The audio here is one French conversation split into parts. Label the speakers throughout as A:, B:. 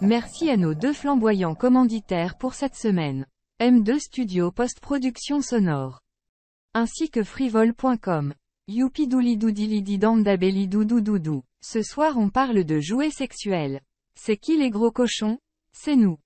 A: Merci à nos deux flamboyants commanditaires pour cette semaine. M2 Studio Post-Production Sonore. Ainsi que frivol.com. Youpi doudou. Ce soir on parle de jouets sexuels. C'est qui les gros cochons C'est nous.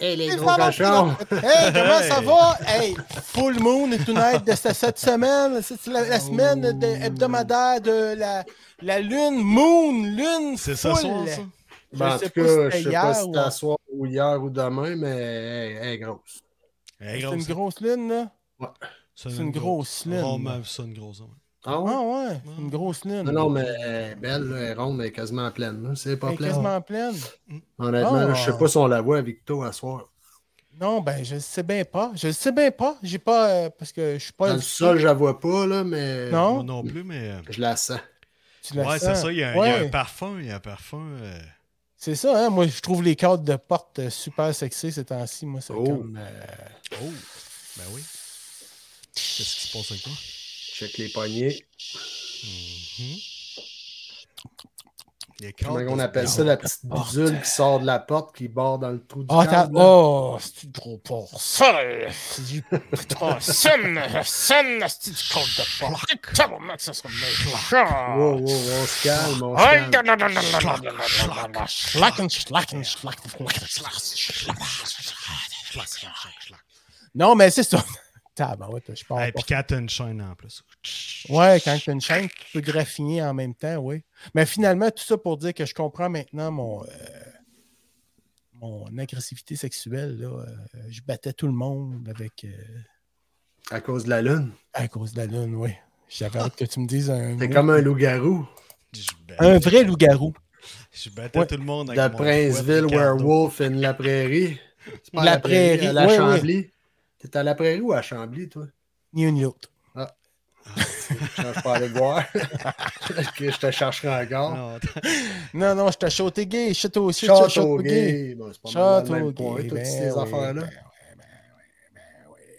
B: Et les
C: Hey,
B: gros cochons.
C: comment ça va? Hey, full moon et tonight de ce- cette semaine. C'est la, la semaine de- hebdomadaire de la, la lune, moon, lune,
D: C'est ce
C: full.
D: soir, ça?
C: Je
B: Ben, en
C: sais
B: tout
C: pas si c'était
B: cas, je sais
C: hier
B: pas si
C: ou-
B: c'est à soir ou hier ou demain, mais elle elle est grosse.
D: Eh,
C: C'est
D: grosse,
C: une grosse lune, là.
D: ça,
C: C'est une grosse lune.
D: On m'a ça une grosse. ouais.
B: Ah ouais?
C: Ah ouais, c'est une grosse lune.
B: Non, non, mais elle est belle, elle est ronde, elle est quasiment pleine. là. C'est pas
C: Elle est
B: pleine.
C: quasiment pleine.
B: Honnêtement, là, je sais
C: Ah.
B: pas si on la voit à Victo à soir.
C: Non, ben, je le sais bien pas. Je le sais bien pas. J'ai pas. euh, parce que je suis pas.
B: Dans le sol, je la vois pas, là, mais
D: Moi
C: Non,
D: non plus, mais. euh,
B: je la sens.
C: tu la
D: Ouais,
C: sens.
D: c'est ça. Il y, a, il y a
C: Ouais,
D: un parfum. Il y a un parfum. euh,
C: C'est ça, hein. Moi, je trouve les cadres de porte euh, super sexy ces temps-ci. Moi, c'est
B: Oh,
C: comme- euh,
B: mais
D: Oh, ben oui. Qu'est-ce qui se passe avec toi?
B: check les poignets.
D: Les
B: Comment
D: cordes,
B: on
D: c'est
B: appelle
D: bizarre.
B: ça, la petite bidule qui sort de la porte, qui barre dans le trou du
C: Ah, t'as...
B: câble, là.
C: Oh, c'est trop pour ça! là. C'est du putain, scène, scène, c'est du compte de porc. Tellement que ça se
B: Wow,
C: met.
B: wow, wow, on se calme, on se
C: Hey,
B: calme.
C: da, da, da, da, da, da, da, da, da, schlacken, schlacken, schlacken, schlacken, schlacken, schlacken, schlacken. Non, mais c'est ça. Tabarouette, je parle
D: Eh, puis quand t'as une chaîne en plus.
C: pas. Ouais, quand tu as une chaîne, tu peux graffiner en même temps, oui. Mais finalement, tout ça pour dire que je comprends maintenant mon, euh, mon agressivité sexuelle. Là. Euh, Je battais tout le monde avec. euh,
B: À cause de la lune.
C: À cause de la lune, oui. J'avais hâte que tu me dises un.
B: T'es
C: mot.
B: comme un loup-garou.
D: Je battais,
C: Un vrai loup-garou.
D: je battais
C: Ouais.
D: tout le monde avec
B: De
D: mon
B: Princeville,
D: fouet Ricardo.
B: Werewolf in La Prairie. C'est pas à
C: La
B: à
C: Prairie,
B: la
C: oui,
B: Chambly. T'es à La Prairie ou à Chambly, toi?
C: Ni une ni l'autre.
B: Je ne pas aller voir. Que je te chercherai encore.
D: Non, attends.
C: Non, non, je t'ai chauté gay. Je t'ai aussi gay.
B: Châteauguay. Bon, c'est pas mal le même
C: Château
B: point,
C: gay.
B: toutes
C: ben
B: ces
C: oui,
B: affaires-là.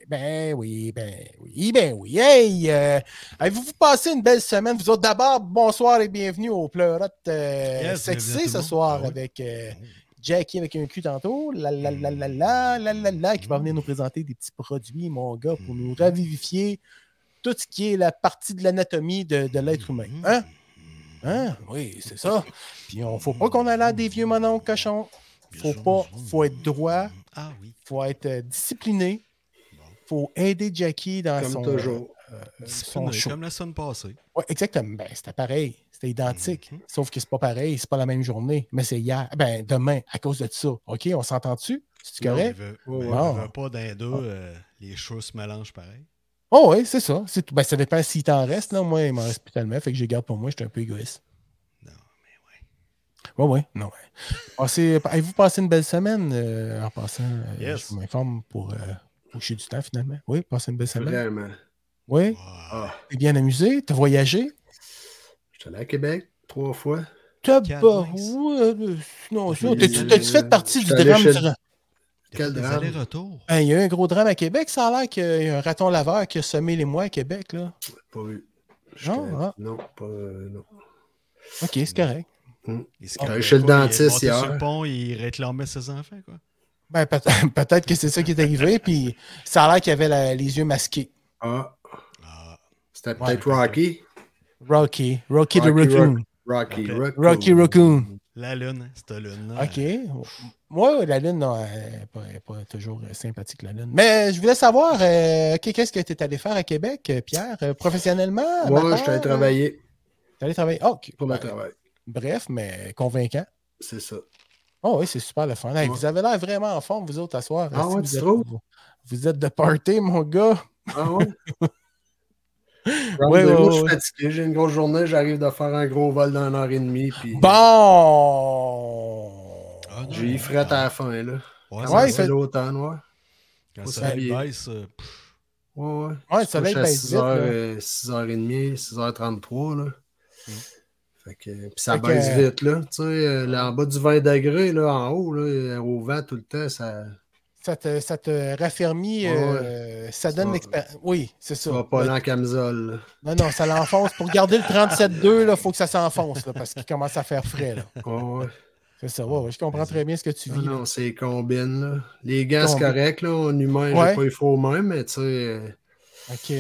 C: Ben oui, ben oui, ben oui, ben oui. Hey! euh, Avez-vous vous passé une belle semaine? Vous autres, d'abord, bonsoir et bienvenue au Pleurote euh,
D: Yes, bienvenue à
C: Sexy
D: tout le
C: ce
D: monde.
C: soir
D: Ah oui.
C: avec euh, Jackie avec un cul tantôt. La la la la la la la la qui va venir nous présenter des petits produits, mon gars, pour nous
D: Mm-hmm.
C: ravivifier tout ce qui est la partie de l'anatomie de, de l'être humain.
D: Mm-hmm.
C: Hein? Hein? Oui, c'est ça. Puis on faut pas qu'on ait l'air des vieux manons cochons. Faut pas, faut être droit,
D: Ah oui.
C: faut être euh, discipliné. Faut aider Jackie dans
B: Comme
C: Ah, son,
B: toujours.
C: euh, son
D: Discipliné,
C: show.
D: comme la semaine passée.
C: Ouais, exactement. Ben, c'était pareil. C'était identique. Sauf que c'est pas pareil. C'est pas la même journée. Mais c'est hier. Ben, demain, à cause de ça. OK, on s'entend-tu? C'est
B: Non,
D: Il
C: correct?
D: veut,
B: Ouais,
D: mais
C: ouais.
D: il veut pas d'un deux, euh, les choses se mélangent pareil.
C: Oh, oui, c'est ça. C'est tout. Ben, ça dépend s'il t'en reste. Là. Moi, il m'en reste plus tellement. Fait que je les garde pour moi. Je suis un peu égoïste.
D: Non,
C: Ouais, ouais. Non, ouais. Passez- Avez-vous passé une belle semaine euh, en passant? euh,
D: Yes.
C: Je m'informe pour euh, boucher du temps finalement. Oui, passez une belle semaine.
B: Vraiment.
C: Oui,
D: Ah,
B: Ah,
C: t'es bien amusé, t'as voyagé.
B: je suis allé à Québec trois fois.
C: T'as
D: Quatre,
C: pas.
D: mince.
C: Non,
B: Je
C: sinon, t'as-tu t'as-tu fait partie du
B: suis allé
C: drame
B: chez-
C: du ra-
B: Quel
D: des
B: drame.
D: allers-retours.
C: Hey, Il y a eu un gros drame à Québec, ça a l'air qu'il y a un raton laveur qui a semé les mois à Québec, là.
B: Pas vu.
C: Non,
B: J'étais-
C: ah.
B: Non, pas. euh, non.
C: Ok, c'est
B: Hmm.
C: correct.
D: Les
B: allé
D: Québécois,
B: chez Ah, le
D: ils étaient
B: dentiste
D: montés
B: hier.
D: Sur le pont, ils réclamaient ses enfants, quoi.
C: Ben, peut- peut-être que c'est ça qui est arrivé, puis ça a l'air qu'il avait la- les yeux masqués.
B: Ah,
D: Ah,
B: c'était
C: Ouais,
B: peut-être Rocky.
C: Rocky, Rocky the
B: Rocky,
C: Raccoon.
B: Rocky,
D: Ok.
B: Rocky.
C: Rocky Raccoon.
D: la lune, cette lune-là.
C: Ok. Moi, la lune, non, elle n'est pas, elle est pas toujours euh, sympathique, la lune. Mais je voulais savoir, euh, ok, qu'est-ce que tu es allé faire à Québec, euh, Pierre, euh, professionnellement?
B: Moi,
C: amateur,
B: je suis allé travailler
C: T'es allé travailler. Ah, ok.
B: pour
C: Ben,
B: le travail.
C: Bref, mais convaincant.
B: C'est ça.
C: Oh oui, c'est super le fun. Hey,
B: Ouais.
C: Vous avez l'air vraiment en forme, vous autres, à soir.
B: Ah
C: Est-ce que
B: ouais,
C: vous
B: tu
C: êtes-
B: trouves?
C: vous- Vous êtes de party, mon gars.
B: Ah ouais?
C: Ouais,
B: Rendez-vous,
C: ouais,
B: je suis
C: ouais.
B: fatigué, j'ai une grosse journée, j'arrive de faire un gros vol dans une heure et demie, puis
C: Bon!
D: Ah, non,
B: j'ai eu fret à la fin, là.
D: Ouais,
C: Ah Ouais,
B: Ouais,
C: il fait-
B: c'est l'automne, ouais.
D: Quand
B: Faut
D: ça
B: s'habiller.
D: baisse, euh, pff,
B: Ouais, ouais.
C: Ouais, le
B: Je
C: soleil
B: couche à
C: pèse vite. là.
B: euh, 6h30, 6h33. Là.
D: Mm.
B: Fait que, puis ça
C: Fait que-
B: baisse vite. Là. Tu sais, euh, là, en bas du 20 degrés, là, en haut, là, au vent tout le temps, ça
C: Ça te, ça te raffermit,
B: Ouais,
C: euh, ça donne
B: Ça-
C: l'expérience. Oui, c'est
B: ne
C: ça. Euh,
B: va pas lent en camisole. là.
C: Non, non, ça l'enfonce. Pour garder le 37.2, il faut que ça s'enfonce là, parce qu'il commence à faire frais. là.
B: Ouais, ouais.
C: C'est ça, ouais, ouais, je comprends très bien ce que tu
B: Ah
C: vis. là.
B: non, c'est les combines. Là. Les gants, c'est
C: Combines.
B: correct. Là. En humain,
C: Ouais.
B: j'ai pas eu froid aux mains, mais tu sais, euh,
C: OK.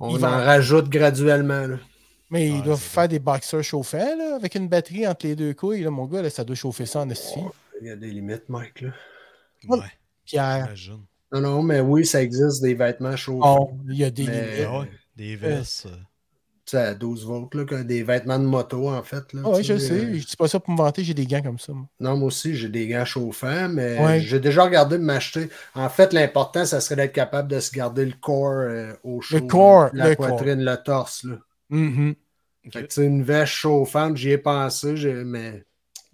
B: on
C: Il
B: en
C: va-
B: rajoute graduellement. là.
C: Mais il
D: Ouais,
C: doit
D: c'est
C: faire des boxeurs chauffants là, avec une batterie entre les deux couilles. Là, mon gars, là, ça doit chauffer ça en esti.
B: Il y a des limites, Mike. Là.
C: Ah Ouais.
D: Ouais,
C: Pierre,
D: j'imagine.
B: Non, non, mais oui, ça existe des vêtements chauds.
C: bon, il y a des
B: Mais-
C: limites.
D: Ah ouais, des vestes. euh,
B: Tu sais, à 12 volts, là, que des vêtements de moto, en fait. Là,
C: Ah ouais,
B: tu
C: je
B: sais,
C: sais.
B: euh,
C: Je dis pas ça pour me vanter, j'ai des gants comme ça. moi.
B: Non, moi aussi, j'ai des gants chauffants, mais
C: Ouais.
B: j'ai déjà regardé de m'acheter. En fait, l'important, ça serait d'être capable de se garder le corps euh, au chaud.
C: corps,
B: La
C: le
B: poitrine, le torse. Là. Mm-hmm.
C: Mhm.
B: Fait que, tu sais, une veste chauffante, j'y ai pensé, j'ai- mais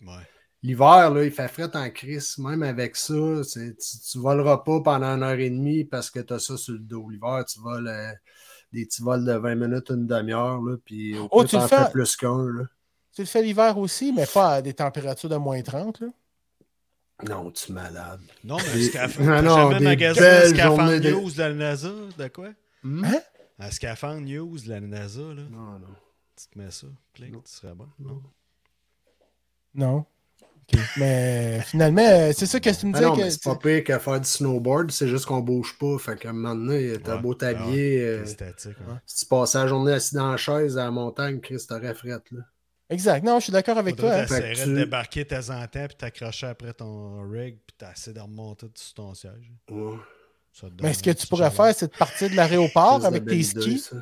D: Ouais.
B: l'hiver, là, il fait fret en crise. Même avec ça, c'est- tu, tu voleras pas pendant une heure et demie parce que tu as ça sur le dos. L'hiver, tu voles euh, des petits vols de 20 minutes, une demi-heure, là, puis au
C: Oh,
B: pire,
C: tu le
B: t'en
C: fais-
B: fais plus qu'un. là.
C: Tu le fais l'hiver aussi, mais pas à des températures de moins 30. Là.
B: Non, tu es malade.
D: Non, mais
B: Des-
D: scaf-
B: Non,
D: t'as
B: non,
D: jamais
B: des
D: magasiné
B: belles
D: Scaphandre
B: journées de- Hmm?
D: News de la NASA, de quoi?
C: Hein?
D: Un Scaphandre News de la NASA, là.
B: Non, non.
D: Tu te mets ça, clic,
B: Non.
D: tu serais bon. Non.
C: Non. Mais finalement, euh, c'est ça que tu me
B: Ah
C: disais
B: non,
C: que.
B: mais c'est pas pire que faire du snowboard, c'est juste qu'on bouge pas. Fait qu'à un moment donné, t'as
D: Ouais.
B: beau t'habiller,
D: Ah ouais,
B: euh,
D: t'es statique, hein.
B: si tu passais la journée assis dans la chaise à la montagne, Chris, t'aurais frette, là.
C: Exact. Non, je suis d'accord avec toi.
D: Faudrait
C: hein.
B: Fait que
D: t'essayerais de
B: tu-
D: débarquer de temps en temps, puis t'accrocher après ton rig, puis t'essaies de remonter sur ton siège.
B: Ouais.
D: Ça te donne
C: Mais ce que
D: un
C: tu
D: petit
C: pourrais
D: challenge.
C: faire, c'est de partir de l'aéroport
B: Chris
C: avec
B: de
C: tes
B: belle idée,
C: skis.
B: ça.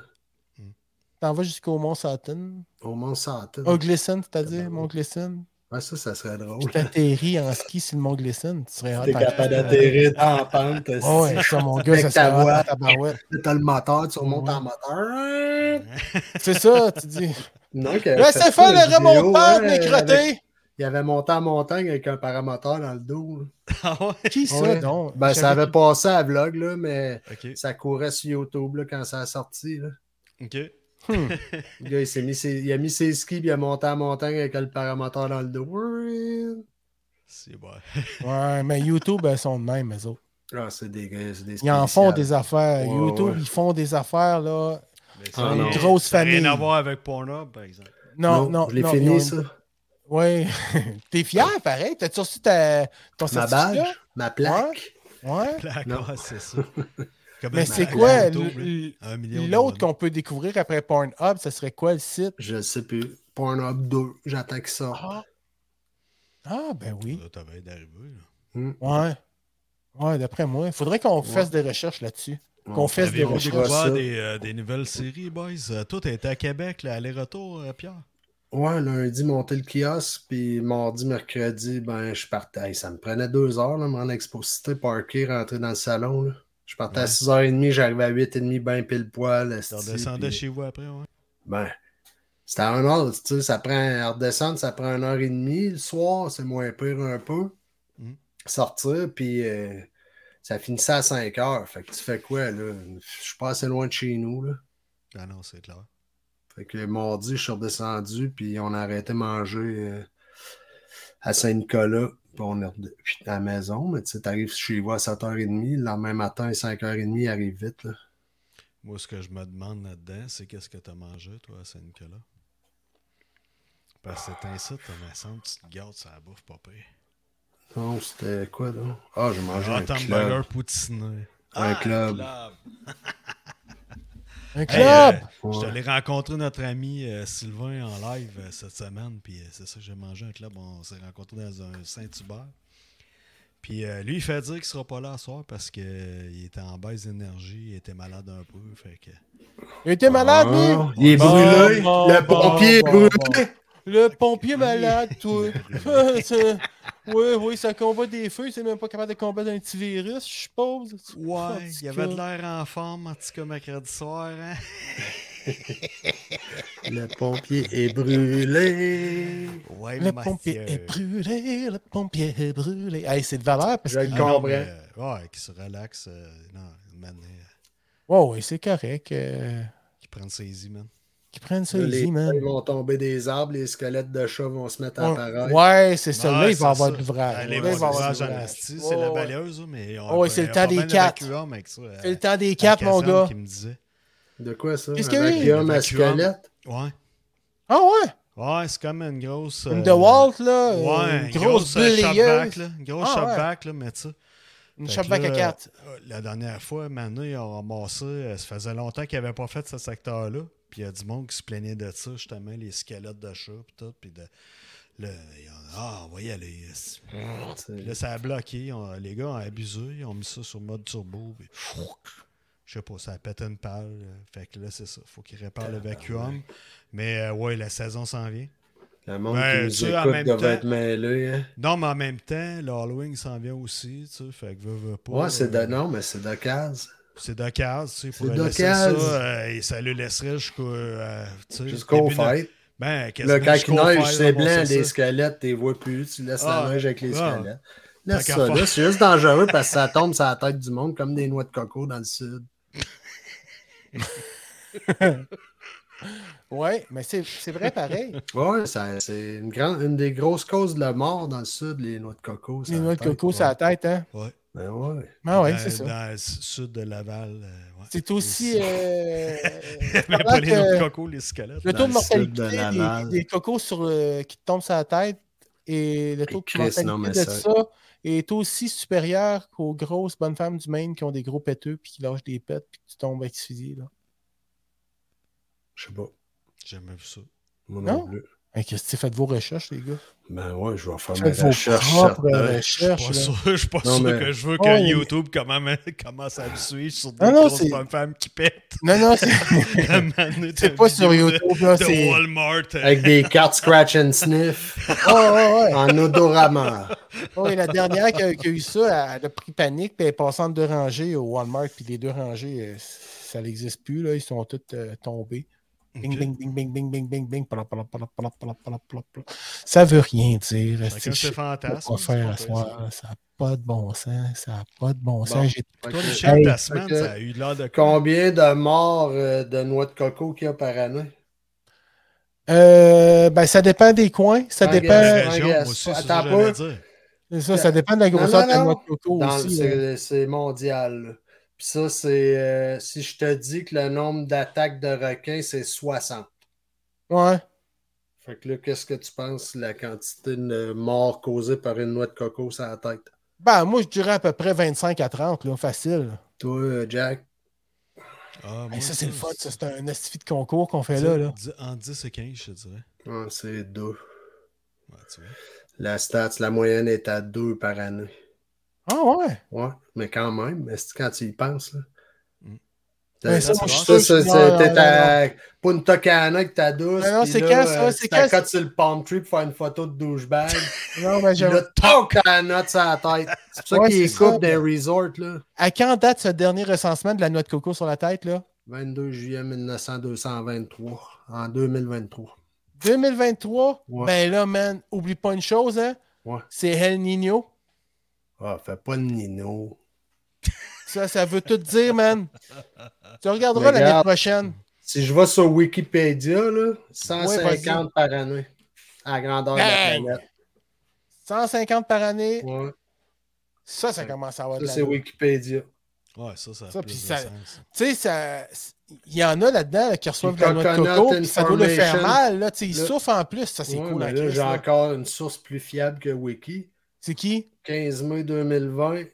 C: T'en vas jusqu'au Mont Sutton.
B: Au Mont Santa.
C: Au Glisson, c'est-à-dire, Mont Glisson.
B: Ah, Ouais, ça, ça serait
C: Puis
B: drôle.
C: t'atterris en ski sur le Mont Glisson. Tu serais
B: T'es
C: hot en
B: capable d'atterrir en pente.
C: Ah ouais, ça, mon gars,
B: Avec
C: ça
B: ta
C: serait hot
B: voix.
C: en tabarouette.
B: T'as le moteur, tu remontes
C: Ouais.
B: en moteur. hein?
C: C'est ça, tu dis.
B: Non, que-
C: Là, c'est fait
B: la
C: le
B: vidéo,
C: remontant,
B: hein,
C: mes
B: avec-
C: crottés!
B: Il avait monté en montagne avec un paramoteur dans le dos. là.
D: Ah ouais?
C: Qui ça,
B: Ouais.
C: donc?
B: Ben, ça
C: J'avais-
B: avait passé à vlog, là, mais
D: Ok,
B: ça courait sur YouTube là, quand ça a sorti. Là.
D: ok.
B: Le gars, il, s'est mis ses, il a mis ses skis puis il a monté en montagne avec le paramoteur dans le dos. Oui.
D: C'est bon.
C: Ouais, mais YouTube, elles sont de même, eux autres.
B: Ah, c'est des, c'est des
C: Ils en font des
B: spéciales.
C: affaires.
B: Ouais,
C: YouTube,
B: ouais.
C: ils font des affaires, là.
D: Mais
B: Ah,
D: n'a
B: non.
C: Grosse
D: ça n'a
C: famille.
D: Rien à voir avec Pornhub, par exemple.
C: Non, non, non.
B: Je l'ai
C: ils ont
B: fini,
C: une-
B: ça.
C: Ouais. T'es fier, pareil. T'as-tu reçu ta... ton
B: Ma
C: certificat?
B: badge, ma plaque.
C: Ouais.
D: D'accord, c'est ça. Comme
C: Mais
D: un-
C: c'est
D: un
C: quoi
D: YouTube, là.
C: l-
D: Un million
C: l'autre
D: d'abonnés.
C: qu'on peut découvrir après Pornhub? Ça serait quoi le site?
B: Je sais plus. Pornhub 2, j'attends que ça.
C: Ah, Ah, ben oui.
D: Là, t'as bien d'arriver, là.
C: Ouais. Ouais, d'après moi. Il faudrait qu'on fasse des recherches là-dessus. Qu'on fasse des
D: Avez-vous
C: recherches.
D: découvert des, euh, des nouvelles séries, boys? Euh, Toi, t'as été à Québec, là, aller-retour, euh, Pierre?
B: Ouais, lundi, monter le kiosque, puis mardi, mercredi, ben, je partais. Hey, ça me prenait deux heures, là, mon exposité, parker, rentrer dans le salon, là. Je partais à
D: Ouais.
B: 6h30, j'arrivais à 8h30, ben pile poil. esti,
D: Tu redescendais
B: puis-
D: chez vous après, ouais?
B: Ben, c'était un heure, tu sais, ça prend, à redescendre, ça prend une heure et demie. Le soir, c'est moins pire un peu.
D: Mhm.
B: Sortir, puis euh, ça finissait à 5 heures. Fait que tu fais quoi, là? Je suis pas assez loin de chez nous, là.
D: Ah non, c'est clair.
B: Fait que mardi, je suis redescendu, puis on a arrêté de manger euh, à Saint-Nicolas. Puis on est rede- puis à la maison, mais tu sais, t'arrives chez vous à 7h30, le lendemain matin, à 5h30, arrive vite, là.
D: Moi, ce que je me demande là-dedans, c'est qu'est-ce que t'as mangé, toi, à Saint-Nicolas? Parce que c'est ainsi, t'as me semble, tu te gardes sur la bouffe, pas pire.
B: Non, c'était quoi, là? Ah, j'ai mangé
D: Ah,
B: un club.
D: hamburger poutiné.
B: Un club.
C: Un
D: Hey,
C: club!
D: euh, Je suis
B: Ouais.
D: allé rencontrer notre ami euh, Sylvain en live euh, cette semaine, puis euh, c'est ça que j'ai mangé un club. On s'est rencontrés dans un Saint-Hubert. Puis euh, lui, il fait dire qu'il sera pas là ce soir parce qu'il était en baisse d'énergie, il était malade un peu. Fait que...
C: Il était malade, lui!
B: Ah, Il est
C: Bon,
B: brûlé.
C: bon,
B: le
C: bon,
B: pompier
C: bon, bon.
B: est brûlé.
C: Le pompier malade, toi! Ça- oui, oui, ça combat des feux, c'est même pas capable de combattre un petit virus, je suppose.
D: Ouais,
C: En tout
D: il avait de
C: cas.
D: l'air en forme, en tout cas mercredi soir. Hein?
B: Le pompier est brûlé.
D: Ouais,
C: Le
D: Mathieu.
C: pompier est brûlé, le pompier est brûlé. Hey, c'est de valeur parce
B: Je
C: que.
B: le
D: Ah non,
B: comprends.
D: mais, euh, ouais, qui se relaxe. euh, non, une manière.
C: Ouais, ouais, c'est correct. euh,
D: Qui prennent ses easy, man.
C: qu'ils prennent ça
B: Là, les
C: easy, man.
B: feuilles vont tomber des arbres, les squelettes de chats vont se mettre à apparaître.
C: Ouais, c'est ça.
D: Ouais,
C: Là, il
D: c'est
C: va avoir
D: ça.
C: de l'ouvrage.
D: Elle est
C: Là, il va avoir
D: ouvrage
C: de
D: en
C: l'ouvrage.
D: esti,
C: Ouais,
D: c'est la
C: ouais.
D: balayeuse, mais on
C: Ouais, c'est le
D: on
C: temps
D: a
C: des
D: pas mal
C: quatre.
D: vacuum avec ça. euh,
C: C'est le temps des quatre, mon gars.
D: qui me disait.
B: De quoi ça?
C: Qu'est-ce
B: un
C: qu'il y a eu?
B: vacuum
D: Un
B: à
D: vacuum.
B: squelette?
D: Ouais.
C: Ah ouais?
D: Ouais, c'est comme une grosse.
C: Une
D: euh,
C: DeWalt, là. une
D: Ouais,
C: grosse
D: euh, shop vac,
C: balayeuse.
D: là. Une grosse
C: Ah,
D: shop
C: ouais.
D: vac, là, mais tu sais.
C: Une
D: Fait
C: shop
D: que
C: vac
D: là,
C: à 4.
D: euh, La dernière fois, Mané a ramassé. euh, Ça faisait longtemps qu'il n'avait pas fait ce secteur-là. Puis il y a du monde qui se plaignait de ça, justement, les squelettes de chat, puis tout. Puis de. Là, il y en a- ah, on va y aller. esti. Puis là, ça a bloqué. on- les gars ont abusé. Ils ont mis ça sur mode turbo. Puis, je sais pas, ça a pété une pâle. euh, Fait que là, c'est ça. Faut qu'ils réparent le vacuum. Mais euh, ouais, la saison s'en vient.
B: Le monde
D: Ben,
B: qui
D: tu
B: nous
D: sais, en
B: écoute
D: même
B: devait
D: temps-
B: être mêlé. hein.
D: Non, mais en même temps, l'Halloween s'en vient aussi, tu sais, fait que veux, veux pas.
B: Ouais, c'est
D: euh,
B: de... Non, mais c'est d'occasion.
D: C'est d'occasion, tu sais,
B: C'est
D: pour laisser ça,
B: d'occasion.
D: euh, et ça le laisserait jusqu'au... euh, tu sais,
B: Jusqu'au
D: début de-
B: fait.
D: Ben,
B: Le
D: quasiment
B: quand il
D: jusqu'au
B: neige,
D: fête,
B: c'est blanc,
D: ramasser
B: les
D: ça.
B: squelettes, t'es vois plus, tu laisses
D: Ah,
B: la neige avec les
D: ah.
B: squelettes. Laisse
D: qu'à
B: ça,
D: faire.
B: là, c'est juste dangereux parce que ça tombe sur la tête du monde comme des noix de coco dans le sud.
C: Ouais, mais c'est c'est vrai pareil.
B: Ouais, ça- c'est une, grande, une des grosses causes de la mort dans le sud, les noix de coco. sur
C: Les
B: la
C: noix de
B: tête,
C: coco,
B: ouais.
C: c'est la tête, hein?
D: Ouais.
B: Ben ouais.
C: Ah ouais,
D: Dans-
C: c'est ça.
D: Euh, Dans le sud de Laval, euh, ouais.
C: C'est aussi. euh,
D: Mais
C: parlant
D: pas les
C: que
D: noms de coco, les squelettes.
C: le
B: Dans
C: taux de
B: le sud de
C: mortalité
B: Laval.
C: des, des cocos sur le- qui te tombent sur la tête et le taux de
B: Chris,
C: mortalité
B: non, mais
C: de
B: ça-
C: ça est aussi supérieur qu'aux grosses bonnes femmes du Maine qui ont des gros péteux puis qui lâchent des pets puis que tu tombes asphyxié. Là.
B: Je sais pas.
D: J'ai jamais vu
C: Euh,
D: ça.
B: Moi
C: Non?
B: non plus.
C: Hey, Christy, faites vos recherches, les gars.
B: Ben ouais, je vais faire
C: Faites
B: mes
C: vos
B: recherches.
C: propres
B: certaines.
D: Euh, Je
C: recherches.
D: suis pas
C: là.
D: sûr, je suis pas
B: Non,
D: sûr
B: mais-
D: que je veux que
C: Oh, oui. YouTube
D: YouTube commence, commence à me suivre sur des
C: Ah non,
D: grosses
C: c'est-
D: bonnes femmes qui pètent.
C: Non, non, c'est-
D: Mané,
C: c'est
D: t'as
C: pas
D: une
C: sur
D: vidéo de-
C: YouTube. là,
D: De,
C: C'est.
D: Walmart. euh,
B: Avec des cartes scratch and sniff
C: Oh, oh, ouais.
B: en odorama.
C: Oh, et la dernière qui a, qui a eu ça, elle a pris panique, puis elle est passée entre deux rangées au Walmart, puis les deux rangées, euh, ça n'existe plus, là, ils sont tous euh, tombés. Bing,
D: Ok.
C: bing, bing, bing, bing, bing, bing, bing, plop, plop, plop, plop, plop, plop, plop, plop. Ça veut rien dire.
D: Chacun ses
C: C'est
D: fantasmes.
C: quoi
D: c'est
C: faire
D: pas
C: à
D: pire, ça.
C: soir, là, ça n'a pas de bon sens, ça n'a pas de bon sens.
B: Bon.
C: J'ai-
B: Fait
D: Toi,
B: que-
D: Michel,
C: Hey,
D: ta semaine,
B: fait que-
D: ça a eu l'air de quoi?
B: Combien de morts euh, de noix de coco qu'il y a par année?
C: Euh, ben, ça dépend des coins, ça
B: Dans la
D: La
C: dépend,
B: Euh,
D: région, moi aussi, c'est ça
B: attends
D: que j'allais
B: un peu.
D: dire.
C: ça, ça dépend de la
B: Non,
C: grosseur de la
B: non,
C: noix de coco
B: Dans-
C: aussi. là.
B: c'est- C'est mondial. là. Puis ça, c'est euh, si je te dis que le nombre d'attaques de requins, c'est 60.
C: Ouais.
B: Fait que là, qu'est-ce que tu penses la quantité de morts causées par une noix de coco sur la tête?
C: Ben, moi, je dirais à peu près 25 à 30, là, facile.
B: Toi, euh, Jack,
D: Ah,
C: Hey,
D: moi,
C: ça, c'est le fun, ça. C'est un estifi de concours qu'on fait là. là.
D: Dix- En 10 et 15, je te dirais.
B: ah, c'est deux.
D: Ouais, tu vois.
B: La stats, la moyenne est à deux par année.
C: Ah ouais.
B: Ouais, mais quand même, mais c'est quand tu y penses, là.
D: Mm.
B: T'as-
C: Mais
D: ça,
B: ça,
D: moi, je suis
B: ça,
C: sûr que-
B: c'est-
C: non,
B: t'es
C: non,
B: à Punta Cana que t'as douce.
C: Non, non,
B: puis
C: c'est
B: là,
C: quand, ça?
B: euh,
C: C'est
B: tu
C: quand,
B: t'accotes sur le palm tree pour faire une photo de douchebag.
C: Non, mais
B: Puis
C: j'aime-
B: là, toc à la note sur la tête. C'est pour ça
C: Ouais,
B: qu'il
C: c'est
B: les
C: ça.
B: coupe des resorts, là.
C: À quand date ce dernier recensement de la noix de coco sur la tête, là?
B: 22 juillet 1923, en 2023.
C: 2023?
B: Ouais.
C: Ben là, man, oublie pas une chose, hein?
B: Ouais.
C: C'est El Nino.
B: Ah, fais pas le nino.
C: Ça, ça veut tout dire, man. Tu regarderas
B: Regarde.
C: l'année prochaine.
B: Si je vais sur Wikipédia, là, 150
C: vas-y.
B: par année, à la grandeur
C: Bang!
B: de la planète.
C: 150 par année.
B: Ouais,
C: Ça, ça commence à avoir de
B: ça,
C: la
B: c'est Wikipédia.
D: Ouais, ça, ça a
C: Ça,
D: plus
C: puis
D: de
C: ça-
D: sens.
C: Tu sais, ça. Il y en a là-dedans là, qui reçoivent de la noix de
B: Coconut
C: coco, puis ça doit le faire
B: Information.
C: mal. Là, Tu sais, ils
B: Là-
C: souffrent en plus. Ça, c'est
B: Ouais,
C: cool.
B: mais
C: en
B: là,
C: Christ,
B: j'ai
C: là.
B: encore une source plus fiable que Wiki.
C: C'est qui?
B: 15 mai 2020,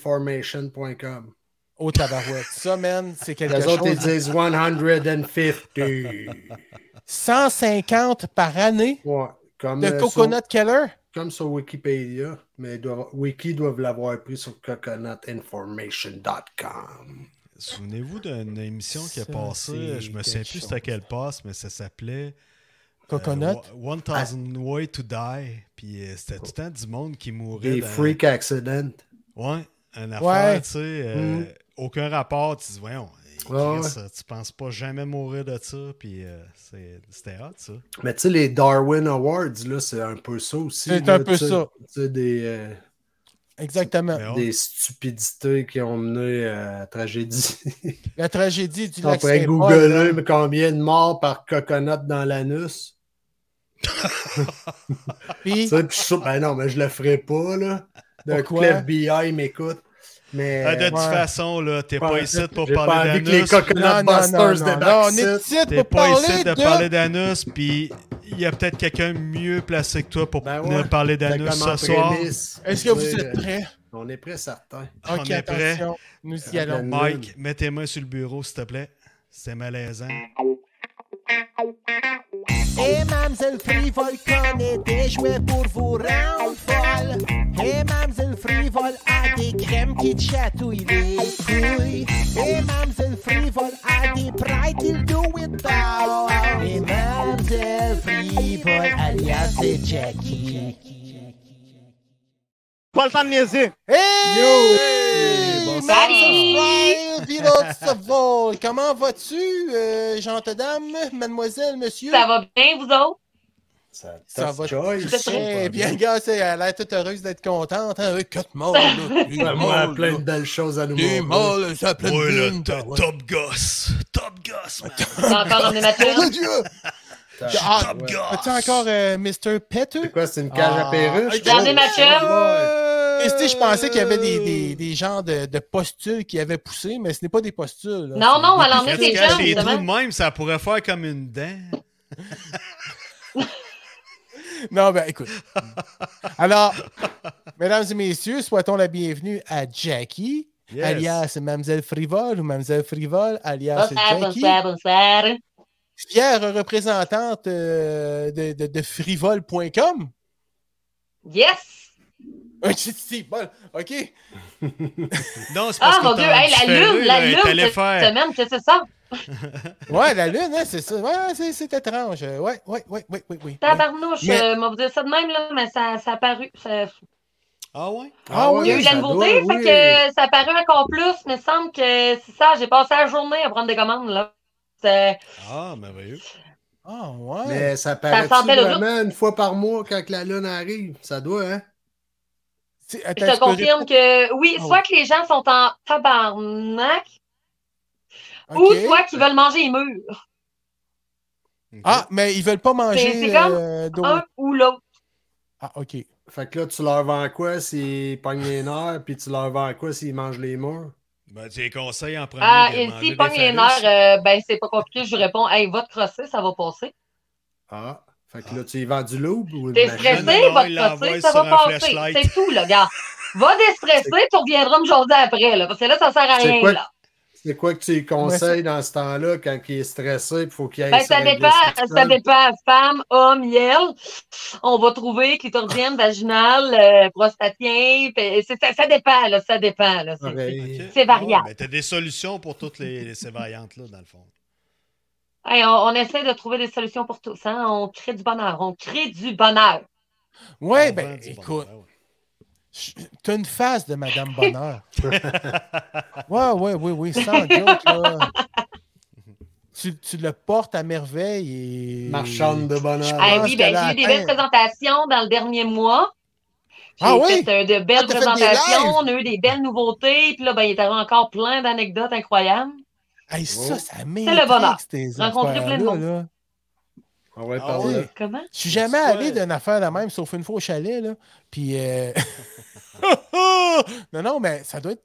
B: coconutinformation.com.
C: Oh, tabarouette. Ça, man, c'est quelque
B: Les autres, ils
C: chose.
B: disent 150.
C: 150 par année
B: Ouais, comme,
C: de
B: euh,
C: Coconut Keller.
B: sur- comme sur Wikipédia, mais ils doivent- Wiki doivent l'avoir pris sur coconutinformation.com.
D: Souvenez-vous d'une émission qui a
C: Ça,
D: passée,
C: c'est
D: je me souviens
C: quelque
D: plus c'était
C: chose.
D: quelle passe, mais ça s'appelait euh,
C: Coconut.
D: Wa- 1000 Way to Die. Puis euh, c'était tout le temps du monde qui mourait.
B: Des
D: dans-
B: freak accidents.
D: Ouais, un affaire,
C: Ouais.
D: tu sais. euh, Aucun rapport, tu dis, voyons.
B: Ouais,
D: Chris, Tu penses pas jamais mourir de ça, puis euh, c'est- c'était hot ça.
B: Mais tu sais, les Darwin Awards, là, c'est un peu ça aussi.
C: C'est
B: là,
C: un peu
B: tu sais.
C: ça.
B: Tu sais, des. euh,
C: Exactement.
D: Mais on-
B: Des stupidités qui ont mené euh, à la tragédie.
C: La tragédie du
B: On
C: lac
B: pourrait
C: Saint-Paul,
B: googler mais combien de morts par coconut dans l'anus.
C: puis-
B: Tu sais, puis je suis- ben non, mais je le ferai pas, là. D'un coup,
C: Pourquoi?
B: l'FBI m'écoute. Mais.
D: Ah, de toute
C: ouais.
D: façon, là, t'es pas
B: Ouais,
D: ici pour
B: J'ai pas
D: parler
B: envie que les
D: d'anus.
B: Coconut
C: Non, non, non,
B: Busters
C: non, non,
B: débarquent
C: on est
B: ici.
C: ici
D: T'es
C: pour
D: pas
C: parler
D: ici
C: de...
D: de parler d'anus, puis il y a peut-être quelqu'un mieux placé que toi pour
B: Ben
D: venir
B: ouais,
D: parler
B: T'as
D: d'anus
B: comme en
D: ce soir.
B: prémisse.
C: Est-ce que vous
B: Oui,
C: êtes prêts?
B: On est prêts, certains.
D: On
C: Ok,
D: est prêts.
C: attention, nous y allons.
D: Mike, mets tes mains sur le bureau, s'il te plaît. C'est malaisant.
E: Et Mamsel Frivole connaît des
F: deci
E: jouets pour vous rendre folle. Et Mamsel Frivole a des crèmes qui te chatouillent les couilles. Et Mamsel Frivole a des prêts qu'il do it all. Et Mamsel Frivole alias c'est Jackie.
F: Pas le temps de niaiser.
C: Hey!
B: Yo!
C: Bonsoir!
G: Salut!
C: Village Savoie. Comment vas-tu, euh, gentes dames, mademoiselle, monsieur?
G: Ça va bien, vous autres?
B: Ça,
C: Ça va
G: très
C: Eh bien,
B: gars.
C: gars, c'est- elle a l'air toute heureuse d'être contente. Hein? Euh, Quatre morts, là. Des
B: Moi,
C: morts,
B: plein de
C: là.
B: belles choses à nous
C: Des morts,
B: montrer.
C: là, ça a plein de
D: Ouais, là,
C: thunes,
B: Ah
D: t'es
C: ouais.
D: top gosse. Top gosse, man.
G: T'es encore dans mes
C: Oh, mon
G: matériaux?
C: Dieu!
B: Ah,
D: top
B: ouais.
D: gosse.
C: As-tu encore euh, Mr. Petter?
B: C'est quoi, c'est une cage
C: Ah.
B: à perruche?
G: Regardez
B: Oh,
G: ma chum.
B: ouais.
C: Et, tu sais, Euh, je pensais qu'il y avait des, des, des genres de, de postules qui avaient poussé, mais ce n'est pas des postules. là.
G: Non,
C: C'est
G: non,
C: des
G: elle en a
D: Est-ce
G: ses
D: que
G: jambes,
D: des trous
G: justement.
D: de même, ça pourrait faire comme une dent.
C: Non, ben écoute. Alors, mesdames et messieurs, souhaitons la bienvenue à Jackie,
D: Yes.
C: alias Mademoiselle Frivole ou Mademoiselle Frivole, alias
G: Bonsoir,
C: Jackie,
G: bonsoir, bonsoir.
C: fière représentante euh, de, de, de frivole.com.
G: Yes!
C: Ok, c'est bon, ok.
D: Non, c'est parce
G: Ah,
D: que
G: mon Dieu,
D: t'en
G: hey, la
D: différé,
G: lune,
D: là,
G: la
D: elle est
G: lune
D: allée
G: cette
D: faire.
G: semaine, qu'est-ce que c'est ça?
C: Ouais, la lune, hein, c'est ça. Ouais, c'est, c'est étrange. Ouais, ouais, ouais, ouais, ouais, ouais, ouais.
G: Tabarnouche,
C: Mais-
G: euh, m'a vous dire ça de même, là, mais ça, ça a paru. ça-
D: Ah ouais?
C: Ah
G: Il y a
C: oui,
G: eu de la
B: ça
G: nouveauté,
B: doit,
G: fait
B: oui.
G: que euh, ça a paru encore plus, mais il me semble que c'est ça, j'ai passé la journée à prendre des commandes, là. Euh, C'est-
D: Ah, merveilleux.
C: Ah, ouais.
B: Mais ça paraît-tu
G: sentait le
B: vraiment une fois par mois quand que la lune arrive? Ça doit, hein?
C: C'est- attends,
G: Je te
C: tu peux
G: confirme que oui,
C: Ah
G: soit que les gens sont en tabarnak,
C: répéter?
G: ou
C: Ok.
G: soit qu'ils veulent manger les murs.
D: Ok.
C: Ah, mais ils veulent pas manger
G: Ben, c'est comme
C: euh, d'eau.
G: Un ou l'autre.
C: Ah, ok.
B: Fait que là, tu leur vends quoi s'ils pognent les nerfs, puis tu leur vends quoi s'ils mangent les murs?
D: Ben, tu les conseils en premier.
G: Ah,
D: de
G: et
D: manger
G: s'ils
D: des
G: pognent les nerfs,
D: phallus.
G: euh, ben c'est pas compliqué, je réponds, hey, va te crosser, ça va passer.
B: Ah. Fait que là, tu y vends du loup ou une
G: T'es
B: machine?
G: stressé,
D: non, non,
G: va
D: il
G: te
D: l'envoie
G: crosser, ça
D: sur
G: va
D: un
G: passer.
D: flashlight.
G: C'est tout, là, gars. Va déstresser, tu reviendras me jaser après, là, parce que là, ça sert à
B: C'est
G: rien,
B: quoi-
G: là.
B: C'est quoi que tu lui conseilles dans ce temps-là quand il est stressé il faut qu'il aille
G: Ben,
B: sur
G: ça
B: un
G: dépend,
B: déstressant?
G: ça dépend, femme, homme, yel. On va trouver clitoridienne, vaginale, euh, prostatien, pis- c'est- ça, ça dépend, là, ça dépend, là. C'est- c'est-
B: Oreille.
D: Ok.
G: euh, C'est variable.
D: Ah, ben, t'as des solutions pour toutes les, les- ces variantes-là, dans le fond.
G: Hey, on, on essaie de trouver des solutions pour tous, hein. On crée du bonheur, on crée du bonheur.
C: Ouais,
D: On vend
C: ben,
D: du
C: écoute,
D: bonheur, Ah, ouais.
C: je- t'as une face de Madame Bonheur. ouais, ouais, oui, oui, sans joke, là. Tu, tu le portes à merveille et.
B: Marchande de bonheur.
G: Ah
C: pense
G: oui, ben,
C: qu'elle a
G: j'ai eu des
C: atteint-
G: belles présentations dans le dernier mois. J'ai
C: Ah oui?
G: fait euh, de belles
C: Ah, t'as fait des lives?
G: présentations, on a eu des belles nouveautés, puis là, ben, il y avait encore plein d'anecdotes incroyables.
C: Hey, ça, ça
G: C'est le bonheur.
C: m'intrigue,
G: Rencontrer plein de monde.
C: là.
B: On va y
D: Ah
B: parler.
C: ouais.
G: Comment?
C: Je suis jamais
D: C'est
C: allé
D: quoi?
C: d'une affaire de même, sauf une fois au chalet, là. Puis. euh, non, non, mais ça doit être.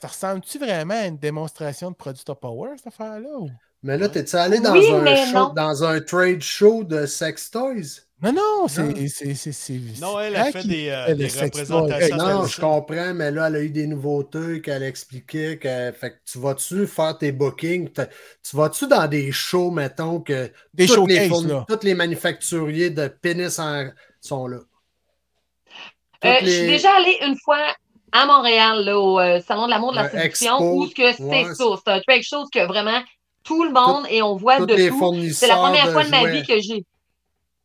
C: Ça ressemble-tu vraiment à une démonstration de produits Top Power, cette affaire-là? ou-
B: Mais là, t'es-tu allé dans,
G: Oui, mais
B: un show,
G: non.
B: dans un trade show de sex toys?
C: Non, non, c'est. c'est- c'est- c'est-
D: Non, elle
C: c'est
D: a fait
C: qui-
D: des, euh,
C: fait
D: des
C: le sex boy.
D: représentations.
C: Hey,
B: Non,
D: c'est
B: je
D: ça.
B: comprends, mais là, elle a eu des nouveautés qu'elle expliquait. Que, fait que tu vas-tu faire tes bookings? T'as- Tu vas-tu dans des shows, mettons, que
C: Des
B: toutes les
C: showcases,
B: fourni-
C: là.
B: tous les manufacturiers de pénis en- sont là?
G: Euh,
B: Toutes
G: Je suis
B: les-
G: déjà allée une fois à Montréal, là, au euh, Salon de l'amour de la
B: Un
G: séduction,
B: expo.
G: où ce que c'est
B: Ouais,
G: ça. C'est un quelque chose que vraiment tout le monde et on voit
B: Tous
G: de
B: les
G: tout.
B: fournisseurs.
G: C'est la première fois de ma
B: jouets.
G: vie que j'ai.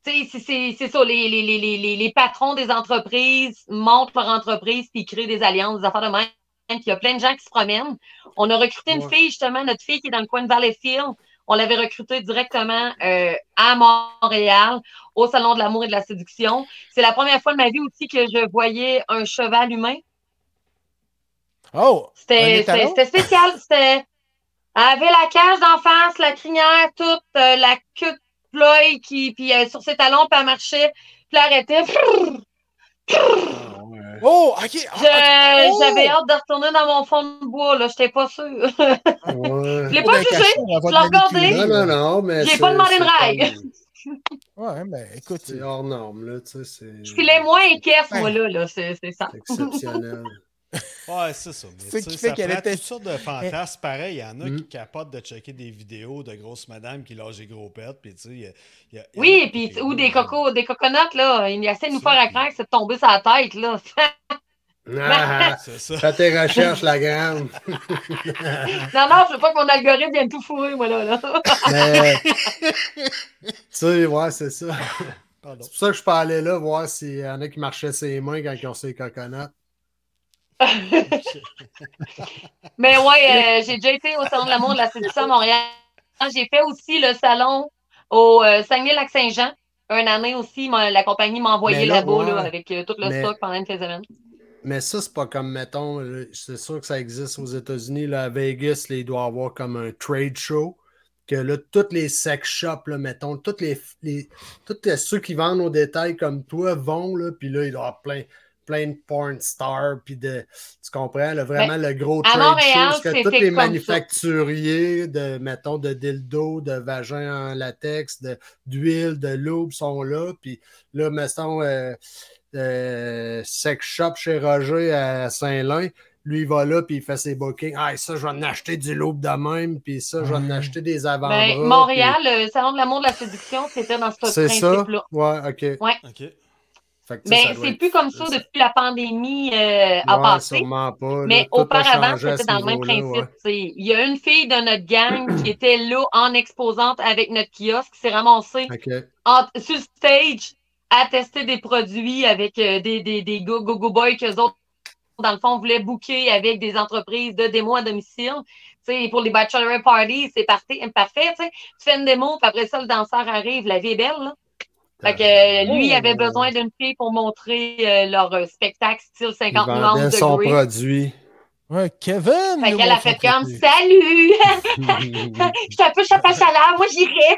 G: Tu sais, c'est- C'est c'est ça, les, les, les, les, les- les patrons des entreprises montent leur entreprise puis ils créent des alliances, des affaires de même. Puis il y a plein de gens qui se promènent. On a recruté une
B: Ouais.
G: fille, justement, notre fille qui est dans le coin de Valleyfield. On l'avait recruté directement euh, à Montréal, au Salon de l'amour et de la séduction. C'est la première fois de ma vie aussi que je voyais un cheval humain.
C: Oh! Un
G: C'était
C: étalon?
G: c'était- c'était spécial. C'était. Elle avait la cage d'en face, la crinière, toute, euh, la queue de ploie qui, puis euh, sur ses talons, puis elle marchait, puis elle arrêtait.
B: Ah, ouais.
C: Oh, ok!
G: Je-
C: Ah,
G: J'avais hâte de retourner dans mon fond de bois, là. J'étais pas sûre.
B: Ouais.
G: Je l'ai pas
C: d'un
G: jugé.
C: cachot, la voix
G: je l'ai
C: de Manitou,
G: regardé.
B: Non,
C: là.
B: non, non, mais.
G: J'ai
B: c'est-
G: pas demandé de
B: c'est
G: rail.
B: comme-
C: Ouais, mais écoute,
B: C'est hors norme, là, tu sais. c'est-
G: Je filais moins équerre,
C: Ouais.
G: moi, là. là. C'est c'est ça.
B: C'est exceptionnel.
D: Ouais, c'est ça. Mais
C: C'est
D: tu
C: qui
D: sais,
C: fait
D: ça
C: qu'elle
D: prend
C: était- Eh.
D: toutes sortes de fantasmes. Pareil, il y en a
B: Mm.
D: qui capotent de checker des vidéos de grosses madames qui lâchent des gros pets. Puis, tu sais, il y a- il y a- il y en
G: Oui,
D: a qui-
G: puis ou des cocos, des coconuts, là. Il essaie de nous faire à craindre, c'est de tomber sur la tête, là.
B: Ah,
D: C'est ça.
B: fais tes recherches, la grande.
G: non, non, je veux pas que mon algorithme vienne tout fourrer, moi, là. là.
B: Mais, euh, tu sais, ouais, c'est ça.
D: Pardon.
B: C'est pour ça que je parlais là, voir s'il y en a qui marchaient ses mains quand ils ont ses coconuts.
G: Mais ouais, euh, j'ai déjà été au Salon de l'amour de la séduction à Montréal. J'ai fait aussi le salon au euh, Saguenay-Lac-Saint-Jean. Un année aussi, m'a- la compagnie m'a envoyé
B: Mais là,
G: là-bas
B: ouais.
G: là, avec euh, tout le
B: Mais-
G: stock pendant une semaine.
B: Mais ça, c'est pas comme, mettons, le- c'est sûr que ça existe aux États-Unis. Là, à Vegas, là, il doit y avoir comme un trade show. Que là, toutes les sex shops, là, mettons, toutes les, les- tous les- ceux qui vendent au détail comme toi vont, là, puis là, il doit y avoir plein, plein de porn stars, puis de. Tu comprends? Là, vraiment, le gros
G: Ben, à
B: trade
G: Montréal,
B: show, parce que
G: c'était
B: tous les
G: comme ça.
B: manufacturiers de, mettons, de dildo, de vagin en latex, de, d'huile, de l'aube sont là, puis là, mettons, euh, euh, sex shop chez Roger à Saint-Lin. Lui, il va là, puis il fait ses bookings. Ah, ça, je vais en acheter du loup de même, puis ça, je vais en
C: Ouais.
B: acheter des avant
G: Ben, Montréal, le Salon de l'amour de la séduction, c'était dans ce
B: C'est ça?
G: principe-là.
B: Ouais, OK.
D: OK.
B: Fait que, tu sais,
G: Mais
B: ça doit
G: c'est
B: être-
G: plus comme ça
B: ça-
G: depuis la pandémie euh, a
B: Ouais,
G: passé.
B: sûrement pas, là.
G: Mais
B: Tout a
G: auparavant,
B: changé à
G: c'était
B: ce
G: dans le même
B: niveau-là, ouais.
G: principe. tu sais. Il y a une fille de notre gang qui était là en exposante avec notre kiosque, qui s'est ramassée
B: OK.
G: en- Ah, sur le stage à tester des produits avec euh, des, des, des go- go-go boys qu'eux autres, dans le fond, voulaient booker avec des entreprises de démo à domicile. Tu sais, pour les bachelorette parties, c'est parti- parfait. tu sais. Tu fais une démo, puis après ça, le danseur arrive. La vie est belle. Là. Fait que euh, lui, il avait besoin d'une fille pour montrer euh, leur euh, spectacle style
B: Il
G: 50
B: vendait
G: nuances
B: son
G: degrés.
B: produit.
C: ouais, Kevin!
G: Fait
C: nous
G: qu'elle a
C: montre
G: fait
C: son
G: comme «
C: côté.
G: Salut!
B: ouais,
G: Je suis un peu chape à chaleur, moi j'irai! »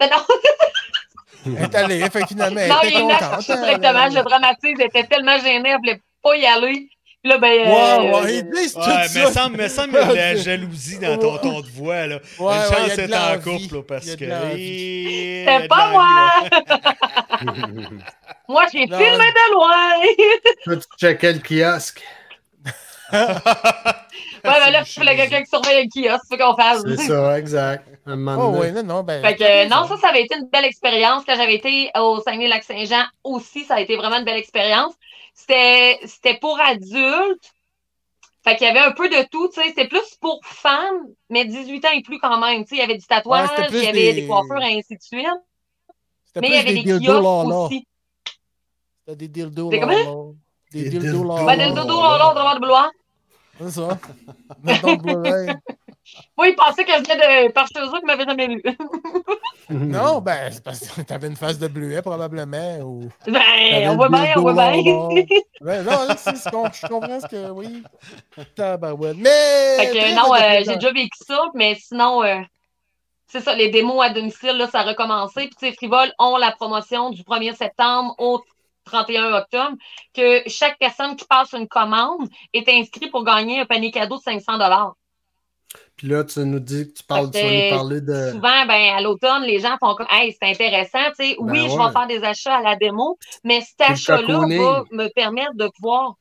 G: Ben non,
C: Elle est allée, fait que finalement, elle
G: non,
C: était
G: il l'a
C: Ben, contente. hein.
G: cherché directement, je dramatise, elle était tellement gênée, elle voulait pas y aller. Puis là, ben...
C: Ouais,
G: euh,
C: ouais, ils disent tout
D: Ouais, mais
C: ça.
D: semble, mais semble qu'il y a de la jalousie dans ton ton de voix. Là.
C: Ouais,
D: Une
C: ouais, il y
D: chance
C: a de
D: d'être en
C: l'envie.
D: couple là,
C: Il y a
D: parce
C: de
D: que.
C: l'envie.
D: Eh, il y a
G: C'était
D: de
G: pas
D: l'envie, ouais.
G: moi! Moi, j'ai filmé
C: Non.
G: de loin! ouais,
B: Toi, tu checkais le kiosque.
D: Ah,
C: Ah,
G: mais ben, là, il fallait quelqu'un qui surveille le kiosque, c'est ce qu'on fasse.
B: C'est ça, exact. Un moment
C: Oh,
B: donné.
C: ouais, non, non, ben.
G: Fait que, euh, non, ça, ça avait été une belle expérience. Quand j'avais été au Saguenay-Lac-Saint-Jean aussi, ça a été vraiment une belle expérience. C'était c'était pour adultes. Fait qu'il y avait un peu de tout, tu sais. C'était plus pour femmes, mais 18 ans et plus quand même. Tu sais, il y avait du tatouage,
C: Ouais, c'était plus
G: il y avait
C: des-
G: des coiffures et ainsi de suite.
C: C'était
G: Mais
C: plus
G: il y avait des,
C: dildos
G: kiosques
C: là-là.
G: aussi.
C: C'était des dildos
G: Des
C: là,
G: comment?
C: là. Des
B: Des
C: dildos
B: dildos.
C: là.
G: Ben,
B: ouais,
G: le dodo,
B: ouais,
G: on l'a droit de vouloir.
C: C'est ça. Mettons le Blu-ray.
G: Moi, ils pensaient que je venais de par chez eux, qu'ils m'avaient jamais vu. Ben,
C: Non, ben, c'est parce que t'avais une face de bleuet probablement. Ou...
G: ben,
C: t'avais
G: on voit
C: le
G: bien,
C: dildo
G: on voit bien.
C: là, là. Ouais, non, là, c'est ce qu'on- je comprends ce que. Oui. Tabarouette. Mais.
G: Fait que
C: Très
G: non,
C: bonne
G: euh,
C: expérience.
G: j'ai déjà vécu ça, mais sinon, euh, c'est ça, les démos à domicile, là, ça a recommencé. Puis, tu sais, Frivol ont la promotion du 1er septembre au 31 octobre, que chaque personne qui passe une commande est inscrite pour gagner un panier cadeau de 500
B: Puis là, tu nous dis que tu, parles, tu vas nous
G: Fait que
B: parler de.
G: Souvent, ben, à l'automne, les gens font comme Hey, c'est intéressant, tu sais,
B: Ben
G: oui, je
B: ouais.
G: vais faire des achats à la démo, mais cet
B: le
G: achat-là
B: cocooning.
G: va me permettre de pouvoir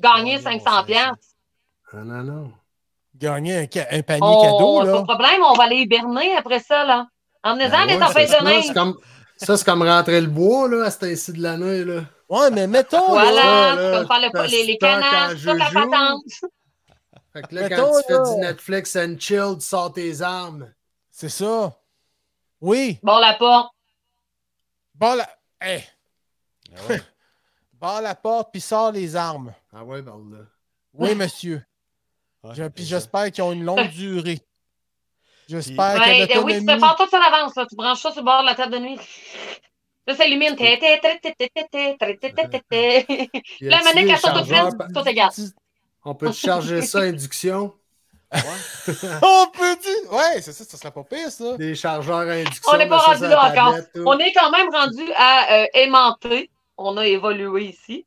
G: gagner
D: Gagner mon
G: 500
D: 500.
B: Ah, non, non.
C: Gagner un, ca- un panier
G: On
C: cadeau,
G: n'a Oh, pas
C: là.
G: de problème, on va aller hiberner après ça, là.
C: Ben
G: Emmenez-en des
C: ouais,
G: tempêtes
B: Ça,
G: de
B: là,
G: neige.
B: c'est comme... ça, c'est comme rentrer le bois là, à cette ici de l'année. Là.
C: Ouais, mais mettons. Là,
G: Voilà,
B: là,
G: c'est comme faire le-
B: t'as
G: les, les
B: stock en
G: canages, toute la
B: joujou.
G: patente.
B: Fait que là,
C: Mettons,
B: quand tu
C: là.
B: fais du Netflix and chill, tu sors tes armes.
C: c'est ça. Oui.
G: Bon, la porte.
C: Bon, la. Hey.
D: Ah ouais.
C: Barre la porte, puis sors les armes.
B: Ah ouais, par là.
C: Oui, monsieur.
D: Ouais,
C: Je- puis
D: exact.
C: j'espère qu'ils ont une longue durée. J'espère
G: Ouais,
C: que
G: euh, oui, tu
C: l'autonomie...
G: prépares tout ça en avance. là. Tu branches ça sur le bord de la table de nuit. Là, ça illumine. Té, té, té, té, té, té, té, té, té, té, té, té.
B: Y
G: La
B: a-t-il
G: manette,
B: des
G: elle sort de
B: chargeurs
G: place,
B: par-
G: tout égale.
B: On peut charger ça à induction?
C: On peut dire... Ouais, c'est ça, ça serait pas pire, ça.
B: Des chargeurs à induction.
G: On n'est pas
B: de ça
G: rendu
B: sur
G: là
B: la
G: encore.
B: tablette, tout.
G: On est quand même rendu à euh, aimanter. On a évolué ici.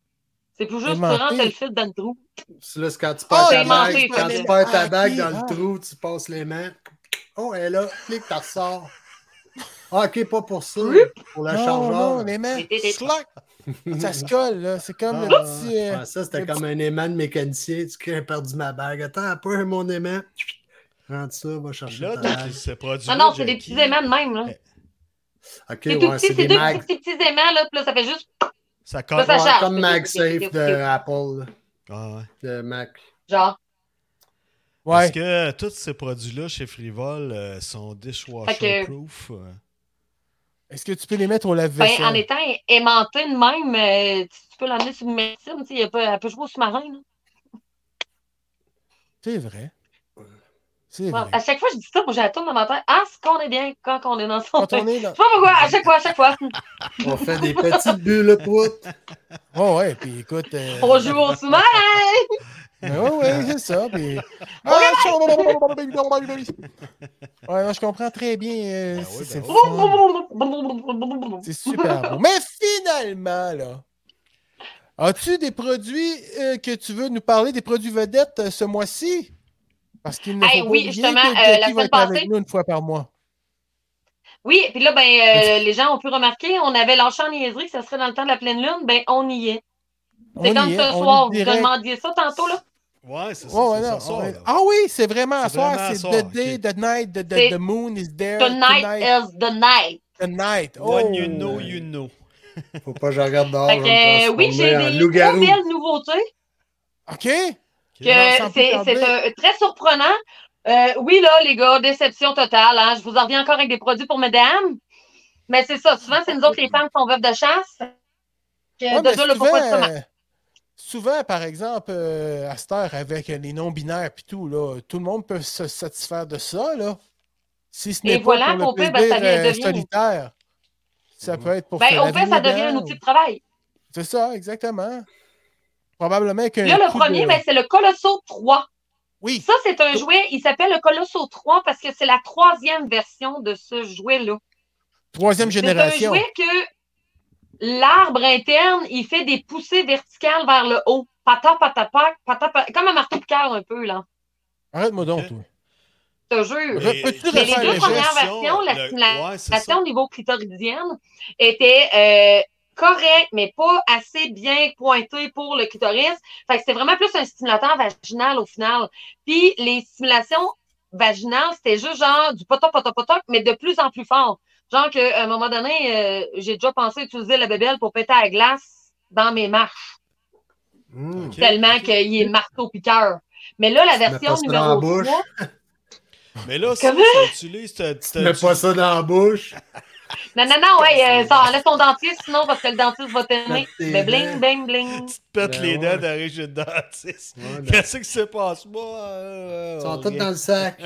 G: C'est plus juste que tu
C: Aimanter.
G: rentres le fil dans le trou.
B: C'est Là, c'est quand tu
C: Oh,
B: perds ta bague,
G: j'ai mangé,
B: quand
G: Fabien.
B: tu perds ta
C: Ah,
B: bague
C: ok,
B: dans
C: ah.
B: le trou, tu passes les mains. Oh, elle est là. Clique, t'en ressors. Ah, ok, pas pour ça. Pour la
C: Non, non,
B: chargeur.
C: les mains,
G: Des- des-
C: slack, ça se colle, là. C'est comme le
B: Ah,
C: petit... euh,
B: ah, ça, c'était
C: le
B: comme un aimant de mécanicien. Tu as perdu ma bague. Attends un peu, mon aimant. Rentre ça, va
D: Puis
B: chercher
D: là,
B: ta
D: dans
B: bague.
D: ce produit.
G: Ah Non, non, c'est
C: euh,
G: des petits aimants de même. Là.
D: Ouais,
B: Ok,
G: C'est tout
B: ouais,
G: petit,
B: c'est
G: c'est
B: des
G: deux
B: mags.
G: petits, petits aimants. Là, puis là, ça fait juste.
D: Ça
G: Là,
D: colle.
G: ça
B: Ouais,
G: charge.
B: comme
G: Ok,
B: MagSafe
G: ok, ok,
B: de
G: ok.
B: Apple,
D: Ah, ouais.
B: de Mac.
G: Genre.
C: Ouais.
D: Parce que euh, tous ces produits-là chez Frivol euh, sont dishwasher
G: Fait que-
D: proof. euh.
C: Est-ce que tu peux les mettre au
G: Ben, en
C: lave-vaisselle?
G: étant aimanté de même, euh, tu- tu peux l'emmener sur une médecine. tu sais, Elle peut, elle peut jouer au sous-marin. là.
C: C'est vrai. C'est
G: Ouais,
C: vrai.
G: À chaque fois, je dis ça, moi, j'ai la tourne dans ma tête. Ah, ce qu'on est bien quand on est dans son.
C: Quand
G: bain.
C: on est dans...
G: Je sais pas pourquoi, à chaque fois, à chaque fois.
B: On fait des petites bulles poutres.
C: Ouais, ouais, puis écoute... euh,
G: On joue au sous-marin!
C: Mais ouais, ouais, c'est ça. Puis... Ah, ça, ouais, non, je comprends très bien. euh,
D: Ben
C: c'est-
D: oui, ben
C: c'est
D: oui.
C: le fun. C'est super beau. Mais finalement, là, as-tu des produits euh, que tu veux nous parler, des produits vedettes euh, ce mois-ci? Parce qu'il ne
G: Hey,
C: faut pas
G: oui,
C: oublier
G: justement,
C: que
G: euh,
C: Jackie
G: la
C: va
G: semaine
C: être avec
G: passée-
C: nous une fois par mois.
G: Oui, puis là, ben, euh, les gens ont pu remarquer, on avait lâché en niaiserie que ce serait dans le temps de la pleine lune. Ben, on y est.
C: On
G: C'est
C: y
G: comme
C: est,
G: ce
C: on
G: soir.
C: y
G: Vous
C: direct.
G: demandiez ça tantôt, là.
D: Ouais, c'est ça.
C: Ouais, ouais,
D: c'est
C: non,
D: ça, ça,
C: on est-
D: là.
C: Ah oui, c'est vraiment à
D: C'est
C: soir.
D: vraiment à
C: C'est
D: soir,
C: The
D: ok.
C: Day, The Night, The, the-
G: C'est- euh,
C: the Moon is there.
G: The night is the night.
C: the night. Oh,
D: When you know, you know.
B: Faut pas que je regarde dehors.
G: Fait
B: je
G: que,
B: vais
G: euh,
B: me
G: oui, j'ai
B: transformer en
G: des
B: loup-garou.
G: trop belles nouveautés.
C: OK.
G: que
C: Non, sans plus
G: C'est
C: tarder.
G: c'est un- très surprenant. Euh, oui, là, les gars, déception totale. hein. Je vous en reviens encore avec des produits pour mesdames. Mais c'est ça. Souvent, c'est nous autres, les femmes, qui sont veuves de chasse. Que,
C: Ouais, mais
G: déjà, le pourquoi de ça,
C: souvent, euh, souvent, par exemple, euh, à cette heure, avec euh, les non-binaires et tout, là, tout le monde peut se satisfaire de ça. Là. Si ce n'est
G: Et
C: pas
G: voilà,
C: pour
G: qu'on
C: le plaisir,
G: peut, ben, ça vient
C: euh,
G: de venir.
C: solitaire. Ça peut être pour se
G: Ben, au
C: laver
G: fait, ça
C: les
G: devient un
C: dents.
G: outil de travail.
C: C'est ça, exactement. Probablement que.
G: Là, le premier, ben, c'est le Colosso 3.
C: Oui,
G: Ça, c'est un jouet, il s'appelle le Colosso 3 parce que c'est la troisième version de ce jouet-là.
C: troisième
G: C'est un
C: génération.
G: jouet que l'arbre interne, il fait des poussées verticales vers le haut. Pata, pata, pac, pata, pa- comme un marteau piqueur un peu, là.
C: Arrête-moi donc,
D: Ok.
C: toi.
G: Je te jure.
C: Mais- Peux-tu
G: Mais les
C: refaire
G: deux
C: les
G: premières
D: versions,
G: versions, la
D: le-
G: stimulation
D: ouais, c'est ça.
G: au niveau clitoridienne était euh, correcte, mais pas assez bien pointée pour le clitoris. Fait que c'était vraiment plus un stimulateur vaginal au final. Puis les stimulations vaginales, c'était juste genre du potoc, potoc, potoc, mais de plus en plus fort. Genre qu'à un moment donné, euh, j'ai déjà pensé utiliser la bébelle pour péter à la glace dans mes marches,
B: Hmm.
D: Ok,
G: tellement
D: ok.
G: qu'il est marteau-piqueur. Mais là, la
B: Tu mets
G: version
B: pas ça dans la
G: numéro
B: bouche.
G: 3,
D: Mais là, ça,
G: Comment?
D: ça utilise. euh, t'as-
B: Tu
D: t'as-
B: mets pas ça dans la bouche.
G: Non, non, non, ouais, euh, ça, laisse ton dentiste, sinon, parce que le dentiste va t'aimer.
B: Tes
G: Mais
B: dents.
G: bling, bling, bling.
D: Tu te pètes
B: Ben ouais.
D: les dents d'arriver chez le dentiste.
B: Ouais, ben,
D: Qu'est-ce qui se passe? Moi. euh,
B: Ils sont
D: rien.
B: tous dans le sac.
C: Ben,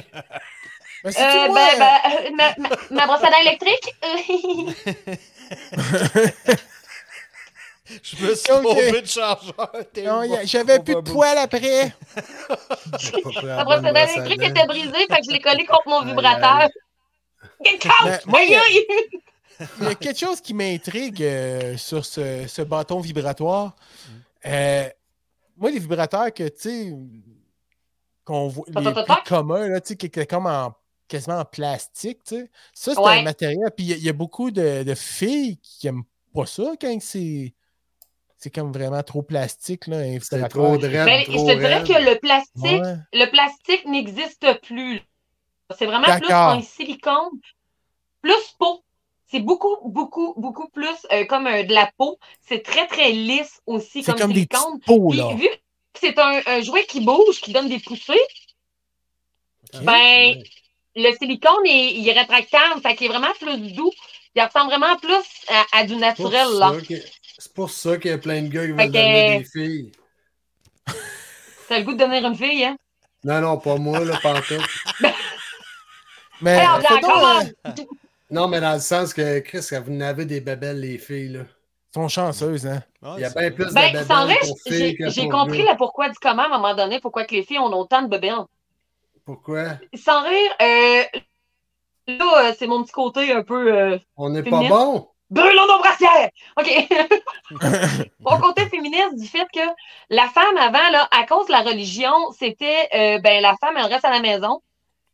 G: Euh,
C: sais-tu,
G: ben,
C: moi,
G: ben, euh, ma, ma, ma brosse à dents électrique? euh,
D: Je me suis
C: Ok.
D: tombé de chargeur. t'es
C: non,
D: bon.
C: euh, y a- j'avais
D: On
C: plus de
D: va bouger.
C: poils après.
B: J'ai pas pris la
G: ma brosse à
B: bonne Ah,
G: dents
B: brosse à
G: électrique
B: dents.
G: était brisée, fait que je l'ai collée contre mon
B: Aïe,
C: Ben,
G: vibrateur. Quelqu'un!
C: moi, il y a-
G: aïe, aïe.
C: Il y a quelque chose qui m'intrigue euh, sur ce, ce bâton vibratoire. Euh, moi, les vibrateurs que, tu sais, qu'on voit, les
G: Toc, toc,
C: plus
G: toc.
C: communs, là, tu sais, qui étaient comme en, quasiment en plastique, tu sais. Ça, c'est
G: Ouais.
C: un matériel. Puis il y a- il y, a beaucoup de, de filles qui n'aiment pas ça quand c'est, c'est comme vraiment trop plastique, là, un
B: C'est
C: vibrateur.
B: trop draide.
G: Ben, je
B: trop
G: te dirais
B: raide.
G: que le plastique,
C: Ouais.
G: le plastique n'existe plus. C'est vraiment plus
C: D'accord.
G: un silicone, plus peau. C'est beaucoup, beaucoup, beaucoup plus euh, comme euh, de la peau. C'est très, très lisse aussi
C: C'est
G: comme,
C: comme des
G: silicone.
C: petites peaux,
G: Puis,
C: là.
G: vu que c'est un, un jouet qui bouge, qui donne des poussées,
C: Ok.
G: ben, le silicone, est, il est rétractable, fait qu'il est vraiment plus doux. Il ressemble vraiment plus à, à
B: C'est
G: du
B: pour
G: naturel, là.
B: ça que- C'est pour ça qu'il y a plein de gars qui veulent
G: Fait que-
B: donner des filles.
G: T'as le goût de devenir une fille, hein?
B: Non, non, pas moi, là, pantoute.
C: Mais
G: Eh, on dit,
C: c'est drôle,
G: ah, comment-
C: hein?
B: Non, mais dans le sens que, Chris, quand vous n'avez des bébelles, les filles, là.
C: Ils sont chanceuses, hein?
B: Il y a bien plus
G: Ben,
B: de
G: sans vrai,
B: bébelles pour filles
G: j'ai
B: que
G: j'ai
B: pour
G: compris
B: gars.
G: le pourquoi du comment à un moment donné, pourquoi que les filles ont autant de bébés.
B: Pourquoi?
G: Sans rire, euh, là, euh, c'est mon petit côté un peu euh,
B: On n'est pas
G: Féministe.
B: bon?
G: brûlons nos brassières! OK. mon côté féministe du fait que la femme, avant, là, à cause de la religion, c'était euh, ben la femme, elle reste à la maison.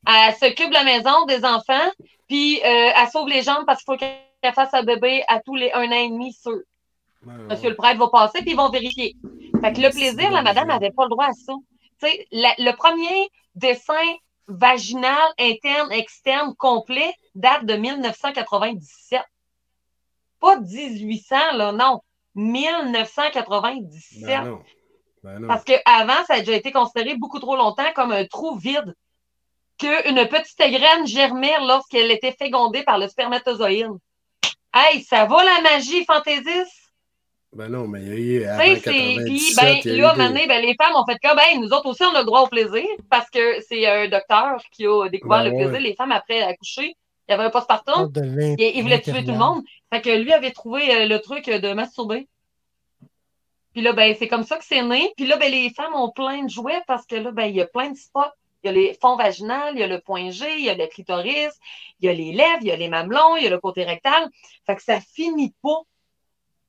G: Elle s'occupe de la maison, des enfants, puis euh, elle sauve les jambes parce qu'il faut qu'elle fasse un bébé à tous les un an et demi sûr.
B: Ben,
G: Monsieur le prêtre va passer, puis ils vont vérifier. Fait que le plaisir, la madame n'avait pas le droit à ça. Tu sais, la- le premier dessin vaginal, interne, externe, complet, date de 1997. Pas 1800, là, non. 1997.
B: Ben non. Ben non.
G: Parce qu'avant, ça a déjà été considéré beaucoup trop longtemps comme un trou vide. Qu'une petite graine germait lorsqu'elle était fécondée par le spermatozoïde. Hey, ça va la magie fantaisiste?
B: Ben non, mais il y a eu avant
G: Tu sais, c'est- Puis, ben,
B: 97, il y
G: là,
B: a eu
G: à un
B: des-
G: moment donné, ben, les femmes ont fait comme, ben, nous autres aussi, on a le droit au plaisir, parce que c'est un docteur qui a découvert
B: Ben
G: le
B: ouais. Ah,
G: plaisir. Les femmes, après accoucher, il y avait un postpartum,
C: De l'in-
G: et il voulait tuer tout le monde. Fait que lui avait trouvé euh, le truc de masturber. Puis là, ben, c'est comme ça que c'est né. Puis là, ben, les femmes ont plein de jouets parce que là, ben, il y a plein de spots. Il y a les fonds vaginales, il y a le point G, il y a le clitoris, il y a les lèvres, il y a les mamelons, il y a le côté rectal. Fait que ça finit pas.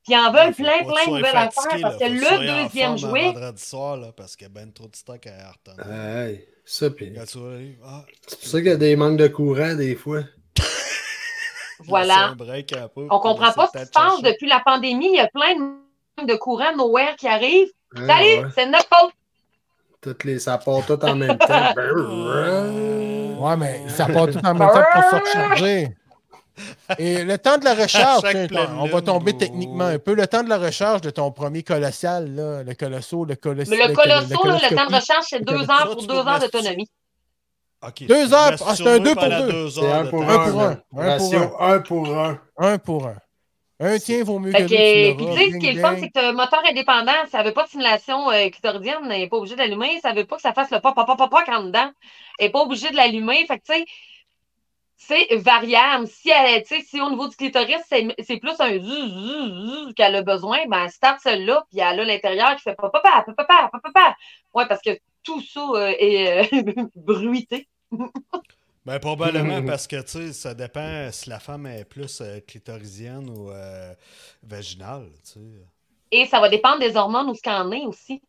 G: Puis ils en veulent plein, plein de nouvelles affaires parce que le deuxième jouet,
D: vendredi soir, là, parce qu'il y a ben trop de stock à Harton.
B: Hey, ça, pis...
D: Quand tu vas aller, ah,
B: C'est pour ça qu'il y a des manques de courant, des fois.
G: Voilà. on comprend pas ce qui se passe
D: de
G: depuis la pandémie. Il y a plein de manques de courant nowhere qui arrivent.
B: Hein,
G: Salut,
B: ouais.
G: c'est notre faute.
B: Toutes les... Ça part tout en même temps.
C: Ouais, mais ça part tout en même temps pour se recharger. Et le temps de la recharge,
D: À chaque
C: tiens,
D: pleine
C: on va
D: lune,
C: tomber
D: oh.
C: techniquement un peu. Le temps de la recharge de ton premier colossal, là, le colosso, le colosso.
G: Mais le colosso, là, le temps de recharge, c'est
C: le
G: deux
C: coloscopie.
G: heures
D: Ça,
G: pour
D: tu
G: deux
D: peux
G: heures
D: mettre-
G: d'autonomie.
D: Ok,
C: Deux
D: tu
C: heures,
D: restes
C: ah, c'est
D: sur
C: un
D: deux
C: deux pour
D: pendant
C: deux.
B: C'est
D: heures
B: un
D: de
B: pour
D: temps.
B: un.
C: Un pour un.
B: là. Ratio un pour un.
C: Un pour un. Un tien vaut mieux que
G: Fait
C: deux.
G: que, euh,
C: tu
G: puis
C: l'auras.
G: tu sais, ce qui est le fun,
C: Ding,
G: c'est que t'as un moteur indépendant, ça veut pas de simulation euh, clitoridienne, elle n'est pas obligée d'allumer, ça veut pas que ça fasse le pop, pop, pop, pop, pop en dedans, elle n'est pas obligée de l'allumer, fait que, tu sais, c'est variable. Si, elle, tu sais, si au niveau du clitoris, c'est c'est plus un zu, zu, zu qu'elle a besoin, ben, elle start celle-là, puis elle a l'intérieur qui fait papa, papa, papa, papa, papa. Ouais, parce que tout ça euh, est euh, bruité.
D: Ben, probablement
B: Mhm.
D: parce que, tu sais, ça dépend si la femme est plus euh, clitorisienne ou euh, vaginale, tu sais.
G: Et ça va dépendre des hormones ou ce qu'en est aussi.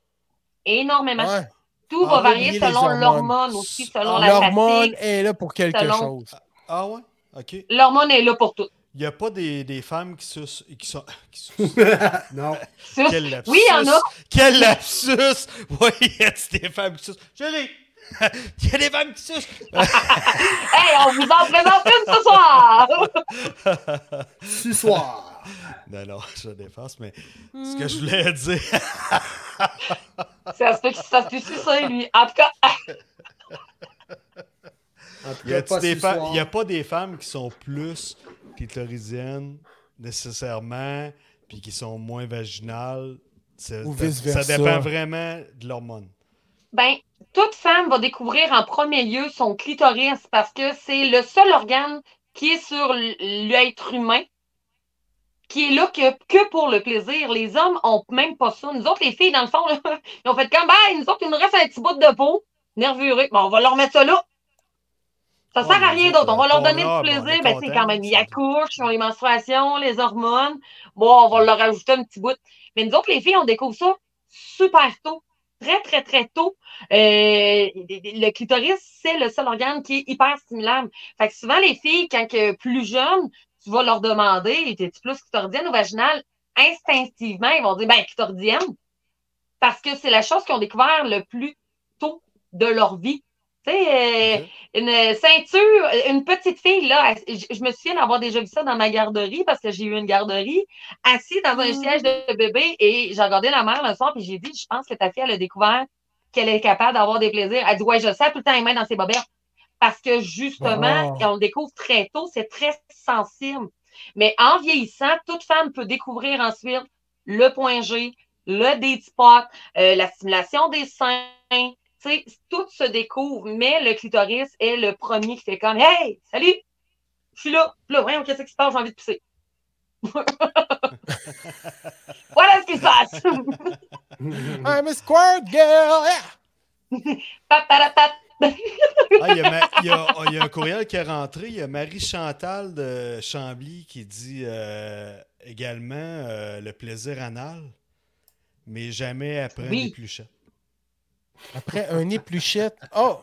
G: Énormément.
C: ding. Ouais.
G: Tout
D: Ah,
G: va varier
C: oui,
G: selon
C: les hormones.
G: l'hormone aussi, selon la
C: L'hormone
G: fatigue.
C: est là pour quelque
G: selon-
C: chose.
D: Ah ouais? OK. Il
G: L'hormone est là pour tout.
D: n'y a pas des, des femmes qui sucent... Qui sont, qui sucent.
B: non.
G: Sus.
D: Quel lapsus!
G: Oui, il y en a.
D: Quel lapsus! Oui, il y a des femmes qui sucent. Chérie! Il y a des femmes qui sucent!
G: Hey, on vous en présente une ce soir!
B: Ce soir.
D: non, non, je défense, mais ce que je voulais dire...
G: ça se peut qu'il se fasse plus sucer, lui. En tout cas,
B: En tout
D: Y
B: cas,
D: a-tu
B: pas
D: des
B: ce
D: fa-
B: soir.
D: y a pas des femmes qui sont plus clitorisiennes nécessairement, puis qui sont moins vaginales. C'est-
C: Ou
D: ça-
C: vice-versa.
D: Ça dépend vraiment de l'hormone.
G: ben, toute femme va découvrir en premier lieu son clitoris parce que c'est le seul organe qui est sur l- l'être humain, qui est là que, que pour le plaisir. Les hommes ont même pas ça. Nous autres, les filles, dans le fond, là, ils ont fait comme, ben, nous autres, il nous reste un petit bout de peau, nervuré. Bon, on va leur mettre ça là. Ça
D: Ouais,
G: sert à
D: mais
G: rien
D: les autres,
G: d'autre. On va
D: euh,
G: leur
D: ton
G: donner
D: âme,
G: du
D: on est
G: plaisir. Ben, c'est
D: content,
G: quand même, ils
D: ça.
G: accouchent, ils ont les menstruations, les hormones. Bon, on va leur ajouter un petit bout. Mais nous autres, les filles, on découvre ça super tôt. Très, très, très tôt. Euh, le clitoris, c'est le seul organe qui est hyper stimulable. Fait que souvent, les filles, quand que plus jeunes, tu vas leur demander, es-tu plus clitoridienne ou vaginale? Instinctivement, ils vont dire, ben, clitoridienne. Parce que c'est la chose qu'ils ont découvert le plus tôt de leur vie. Tu sais, euh,
D: Ok.
G: une ceinture, une petite fille, là, elle- je, je me souviens d'avoir déjà vu ça dans ma garderie parce que j'ai eu une garderie, assise dans un siège de bébé et j'ai regardé la mère le soir puis j'ai dit, je pense que ta fille, elle a découvert qu'elle est capable d'avoir des plaisirs. Elle dit, ouais, je sais, tout le temps, elle met dans ses bobettes. Parce que justement,
C: Ah.
G: quand on le découvre très tôt, c'est très sensible. Mais en vieillissant, toute femme peut découvrir ensuite le point G, le dead spot, euh, la stimulation des seins, tu tu sais, tout se découvre, mais le clitoris est le premier qui fait comme Hey, salut! Je suis là, Puis là, voyons, qu'est-ce qui se passe, j'ai envie de pisser. voilà ce qui se passe!
C: I'm a squirt girl! yeah!
G: Paparapap.
D: Ah, il y, a Ma- il y a- il y a un courriel qui est rentré. Il y a Marie-Chantal de Chambly qui dit euh, également euh, le plaisir anal, mais jamais après
G: Oui.
D: l'épluchette.
C: Après un épluchette. Oh!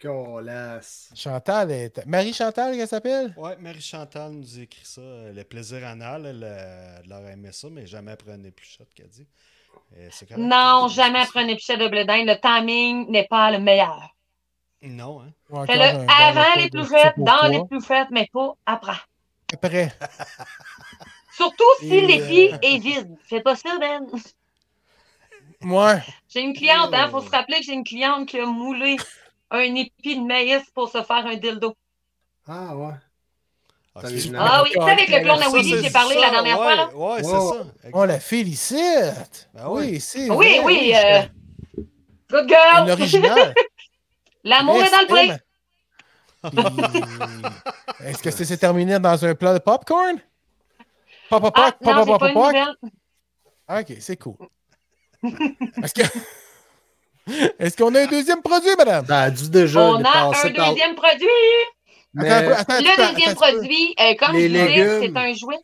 B: Colasse.
C: Chantal est. Marie Chantal, qu'elle s'appelle?
D: Ouais, Marie-Chantal nous écrit ça. euh, Le plaisir anal, elle, euh, elle aurait aimé ça, mais jamais après une épluchette, qu'elle dit. Et c'est correct.
G: Non, jamais après un épichette de blé d'Inde, le timing n'est pas le meilleur.
D: Non, hein?
C: Ou encore un-
G: Fais-le
C: dans
G: avant
C: le-
G: les
C: de-
G: pluchettes,
C: de-
G: dans
C: de-
G: les pluchettes, mais pas après.
C: Après.
G: Surtout si
D: Et,
G: l'épi
D: euh,
G: est vide. C'est pas ça, Ben.
C: Ouais.
G: J'ai une cliente, hein.
D: Euh.
G: Faut se rappeler que j'ai une cliente qui a moulé un épi de maïs pour se faire un dildo.
B: Ah ouais.
D: Ah,
B: Ça,
D: c'est-
B: les-
G: Ah oui, c'est avec le plan
D: euh, Ça,
G: à Willy que
D: c'est
G: j'ai parlé
D: ça,
G: la dernière
D: ouais,
G: fois, là.
D: Ouais, c'est
B: Wow.
D: ça.
C: On Oh, la félicite!
D: Ben
B: Ah
D: oui.
C: oui, c'est.
G: Oui,
C: vrai,
G: euh, oui.
C: c'est-
G: Good
C: Un
G: girl.
C: original.
G: L'amour est dans le pré.
C: Puis, Est-ce que c'est c'est terminé dans un plat de popcorn? Pop, pop,
G: Ah,
C: pop,
G: non,
C: pop,
G: j'ai
C: pop,
G: pas une
C: pop.
G: nouvelle.
C: Ok, c'est cool. Est-ce que. Est-ce qu'on a un deuxième produit, madame?
B: Ça a dû déjà
G: On a un
B: passer par-
G: deuxième produit.
B: Mais
C: Attends un peu, attends, attends,
G: Le deuxième
C: attends un peu.
G: produit, euh, comme
B: Les
G: je disais,
B: légumes.
G: c'est un jouet.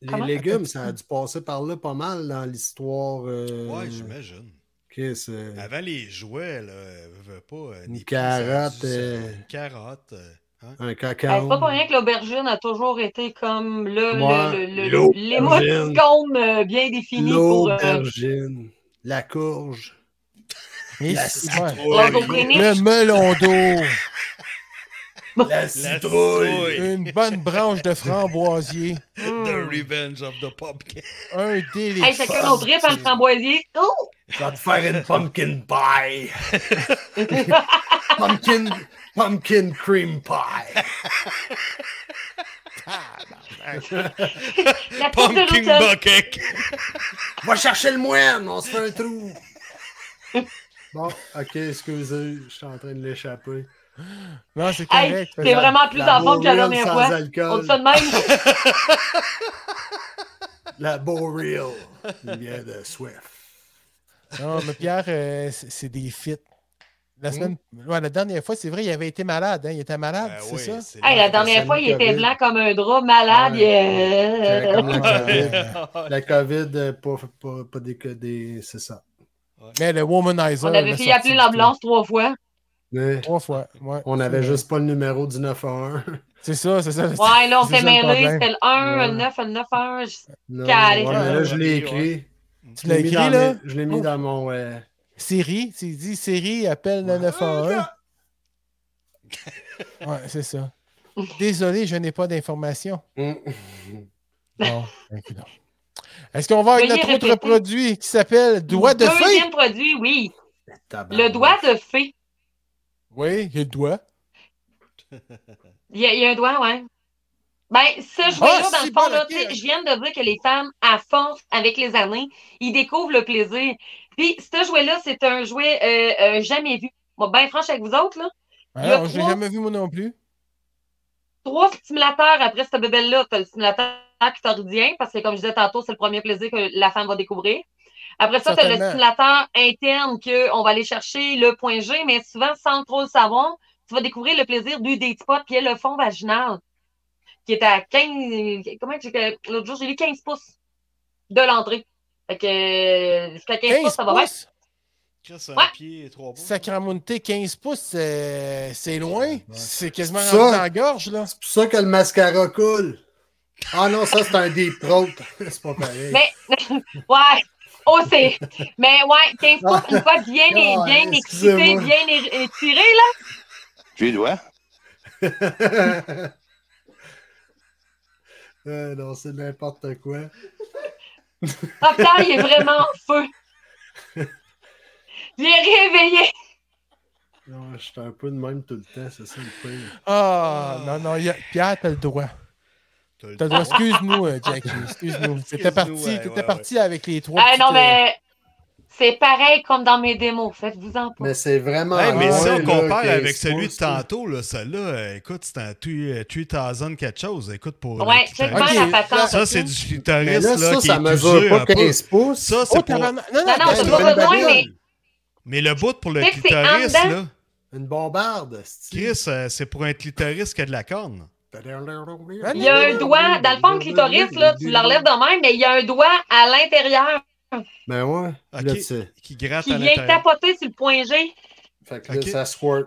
B: les
G: Comment?
B: légumes, ça a dû passer par là pas mal dans l'histoire. euh,
D: Ouais, Ah. j'imagine.
B: que c'est-
G: Ben,
D: Avant les jouets, là, euh, veux, veux pas. euh,
B: Une
D: des petits
B: carotte,
D: sardus, euh,
B: euh,
D: Une carotte. euh, hein?
B: Un
G: Ben,
B: cacao.
G: c'est pas pour rien que l'aubergine a toujours été comme le,
B: Ouais,
G: le, le, le,
B: l'aubergine.
G: l'émoticône, euh, bien défini pour. Euh,
B: L'aubergine, la courge,
C: Et
B: La
C: c'est-
B: citrouille.
C: ouais.
G: la
C: Le melon d'eau.
B: la
D: citrouille.
C: Une bonne branche de framboisier.
D: euh, The Revenge of the Pumpkin.
C: Un délice.
G: Hmm. Hey, chacun notre rip en framboisier. Oh!
B: Je vais te faire une pumpkin pie. pumpkin, pumpkin cream pie.
G: La course de
D: Pumpkin
G: l'automne.
D: Bucket.
B: Va chercher le moine, on se fait un trou. Bon, ok, excusez, je suis en train de l'échapper.
C: Non, c'est
G: Hey,
C: correct.
G: t'es vraiment plus en forme que la
B: Boreal
G: dernière
B: sans
G: fois. On
B: alcool.
G: dit ça de même.
B: La Boreal. Il vient de Swift.
C: Non, mais Pierre, euh, c'est c'est des fits.
D: Mmh.
C: La semaine, ouais, la dernière fois, c'est vrai, il avait été malade. hein, Il était
B: Ah,
C: malade,
D: Ben
C: c'est
D: oui,
C: ça?
D: c'est
G: Hey, la dernière
B: Personne
G: fois, il
B: qui
G: était
B: avait-
G: blanc comme un drap, malade.
B: Ouais.
G: yeah.
B: Comme la
D: Ah,
B: COVID.
C: Ouais.
B: La COVID, euh, pas, pas, pas des, que des- C'est ça.
C: Mais le womanizer.
G: On avait
C: l'a
G: fait
C: sorti
G: appeler
C: du
G: l'ambulance trois fois.
B: Mais
C: tout. Trois fois. ouais.
B: on avait
C: C'est-
B: juste pas le numéro du 911.
C: C'est ça, c'est ça. le-
G: Ouais, là, on
C: c'est
G: s'est
C: ça le
G: mêlés.
C: problème.
G: C'était le 1,
B: Ouais.
G: le 9, le 9, 1.
B: Non,
G: Calé.
B: ouais, mais là, je l'ai écrit.
C: Tu l'as
B: Je l'ai mis
C: écrit,
B: dans
C: là?
B: mes- Je l'ai mis
C: Oh.
B: dans mon. euh,
C: Siri, tu dis Siri, appelle le 911.
D: Ah,
C: Ouais, c'est ça. Désolé, je n'ai pas d'informations.
B: Mm.
C: Bon, ben, écoute. Est-ce qu'on va avec
G: Veuillez
C: notre autre
G: répéter.
C: produit qui s'appelle Doigt de fée? Ah,
G: Deuxième produit, oui.
B: Tabarnak.
G: Le doigt de fée.
C: Oui, il y a le doigt.
G: Il y, a, il y a un doigt, ouais. Ben, ce jouet-là,
C: Ah,
G: dans
C: c'est
G: le fond,
C: bon,
G: là,
C: ok.
G: tu sais, je viens de dire que les femmes, à force, avec les années, ils découvrent le plaisir. Puis, ce jouet-là, c'est un jouet euh, euh, jamais vu. Bon, ben franche avec vous autres, là. Il y a
C: Alors, je l'ai
G: trois-
C: jamais vu, moi non plus.
G: Trois stimulateurs après cette bébelle-là. T'as le stimulateur clitoridien, parce que, comme je disais tantôt, c'est le premier plaisir que la femme va découvrir. Après ça, t'as le
C: Certainement.
G: stimulateur interne qu'on va aller chercher le point G, mais souvent, sans trop le savoir, tu vas découvrir le plaisir du date spot, puis il y a le fond vaginal, qui est à 15... Comment que j'ai... L'autre jour, j'ai lu 15 pouces de l'entrée. Fait que euh, jusqu'à 15, pouces,
C: 15
G: ça va bien.
C: pouces?
D: Chris, un
G: Ouais.
D: pied et trois pouces.
C: Sacramonté, 15 pouces, c'est- c'est loin. C'est quasiment
B: Ça-
C: rendu dans la gorge, là.
B: C'est pour ça que le mascara coule. Ah non, ça, c'est un deep throat. C'est pas pareil.
G: Mais, ouais, oh, c'est. Mais ouais, 15 pouces, une fois bien,
B: Ah,
G: bien excité,
B: excusez-moi.
G: bien é- étiré, là.
B: Euh, non, c'est n'importe quoi.
G: Ah, putain, il est vraiment en feu. Il est réveillé.
B: Non, je suis un peu de même tout le temps, c'est ça le pire.
C: Ah, non, non, il y a... Pierre, t'as le droit.
D: T'as le-
C: T'as le droit. Excuse-nous, euh, Jackie. Excuse-nous. T'étais
D: Ah, Excuse-nous,
C: parti,
D: ouais,
C: t'étais
D: ouais,
B: Oh,
C: parti avec les trois.
G: Ah,
C: petites,
G: non,
C: euh,
G: mais. C'est pareil comme dans mes démos. Faites-vous-en pas.
B: Mais c'est vraiment.
D: Hey, mais
B: loin,
D: si on
B: là,
D: compare
B: que
D: avec
B: c'est
D: celui de
B: supposé-
D: tantôt, là, celle-là, euh, écoute, c'est un 3000 quelque chose. Écoute, pour.
G: Ouais,
D: le
G: check
D: guitariste.
G: bien la patente.
D: Ça, c'est du
B: Mais
D: guitariste
B: là,
D: là,
B: ça,
D: qui
B: ça
D: est
B: mesure
D: usé
B: pas
D: un peu.
B: 15 pouces.
D: Ça, c'est
C: Oh,
D: pour...
C: tabarnak. non,
G: Non, non,
B: c'est
G: c'est
B: une
G: pas
B: belle
G: besoin,
B: bagnole.
G: mais
D: Mais le bout pour le
G: Tu sais que c'est en
D: clitoris,
G: dedans?
D: là,
B: Une bombarde. c'est-tu?
D: Chris, euh, c'est pour un clitoris qui a de la corne.
G: il y a un doigt. Dans le fond, le clitoris, là, tu l'enlèves de même, mais il y a un doigt à l'intérieur
B: Mais Ben ouais.
D: Ok.
B: Là, tu sais.
D: Qui gratte
G: qui
D: à
G: vient
D: l'intérieur.
G: tapoter sur le point G.
B: Fait que là,
D: Ok.
B: ça squirt.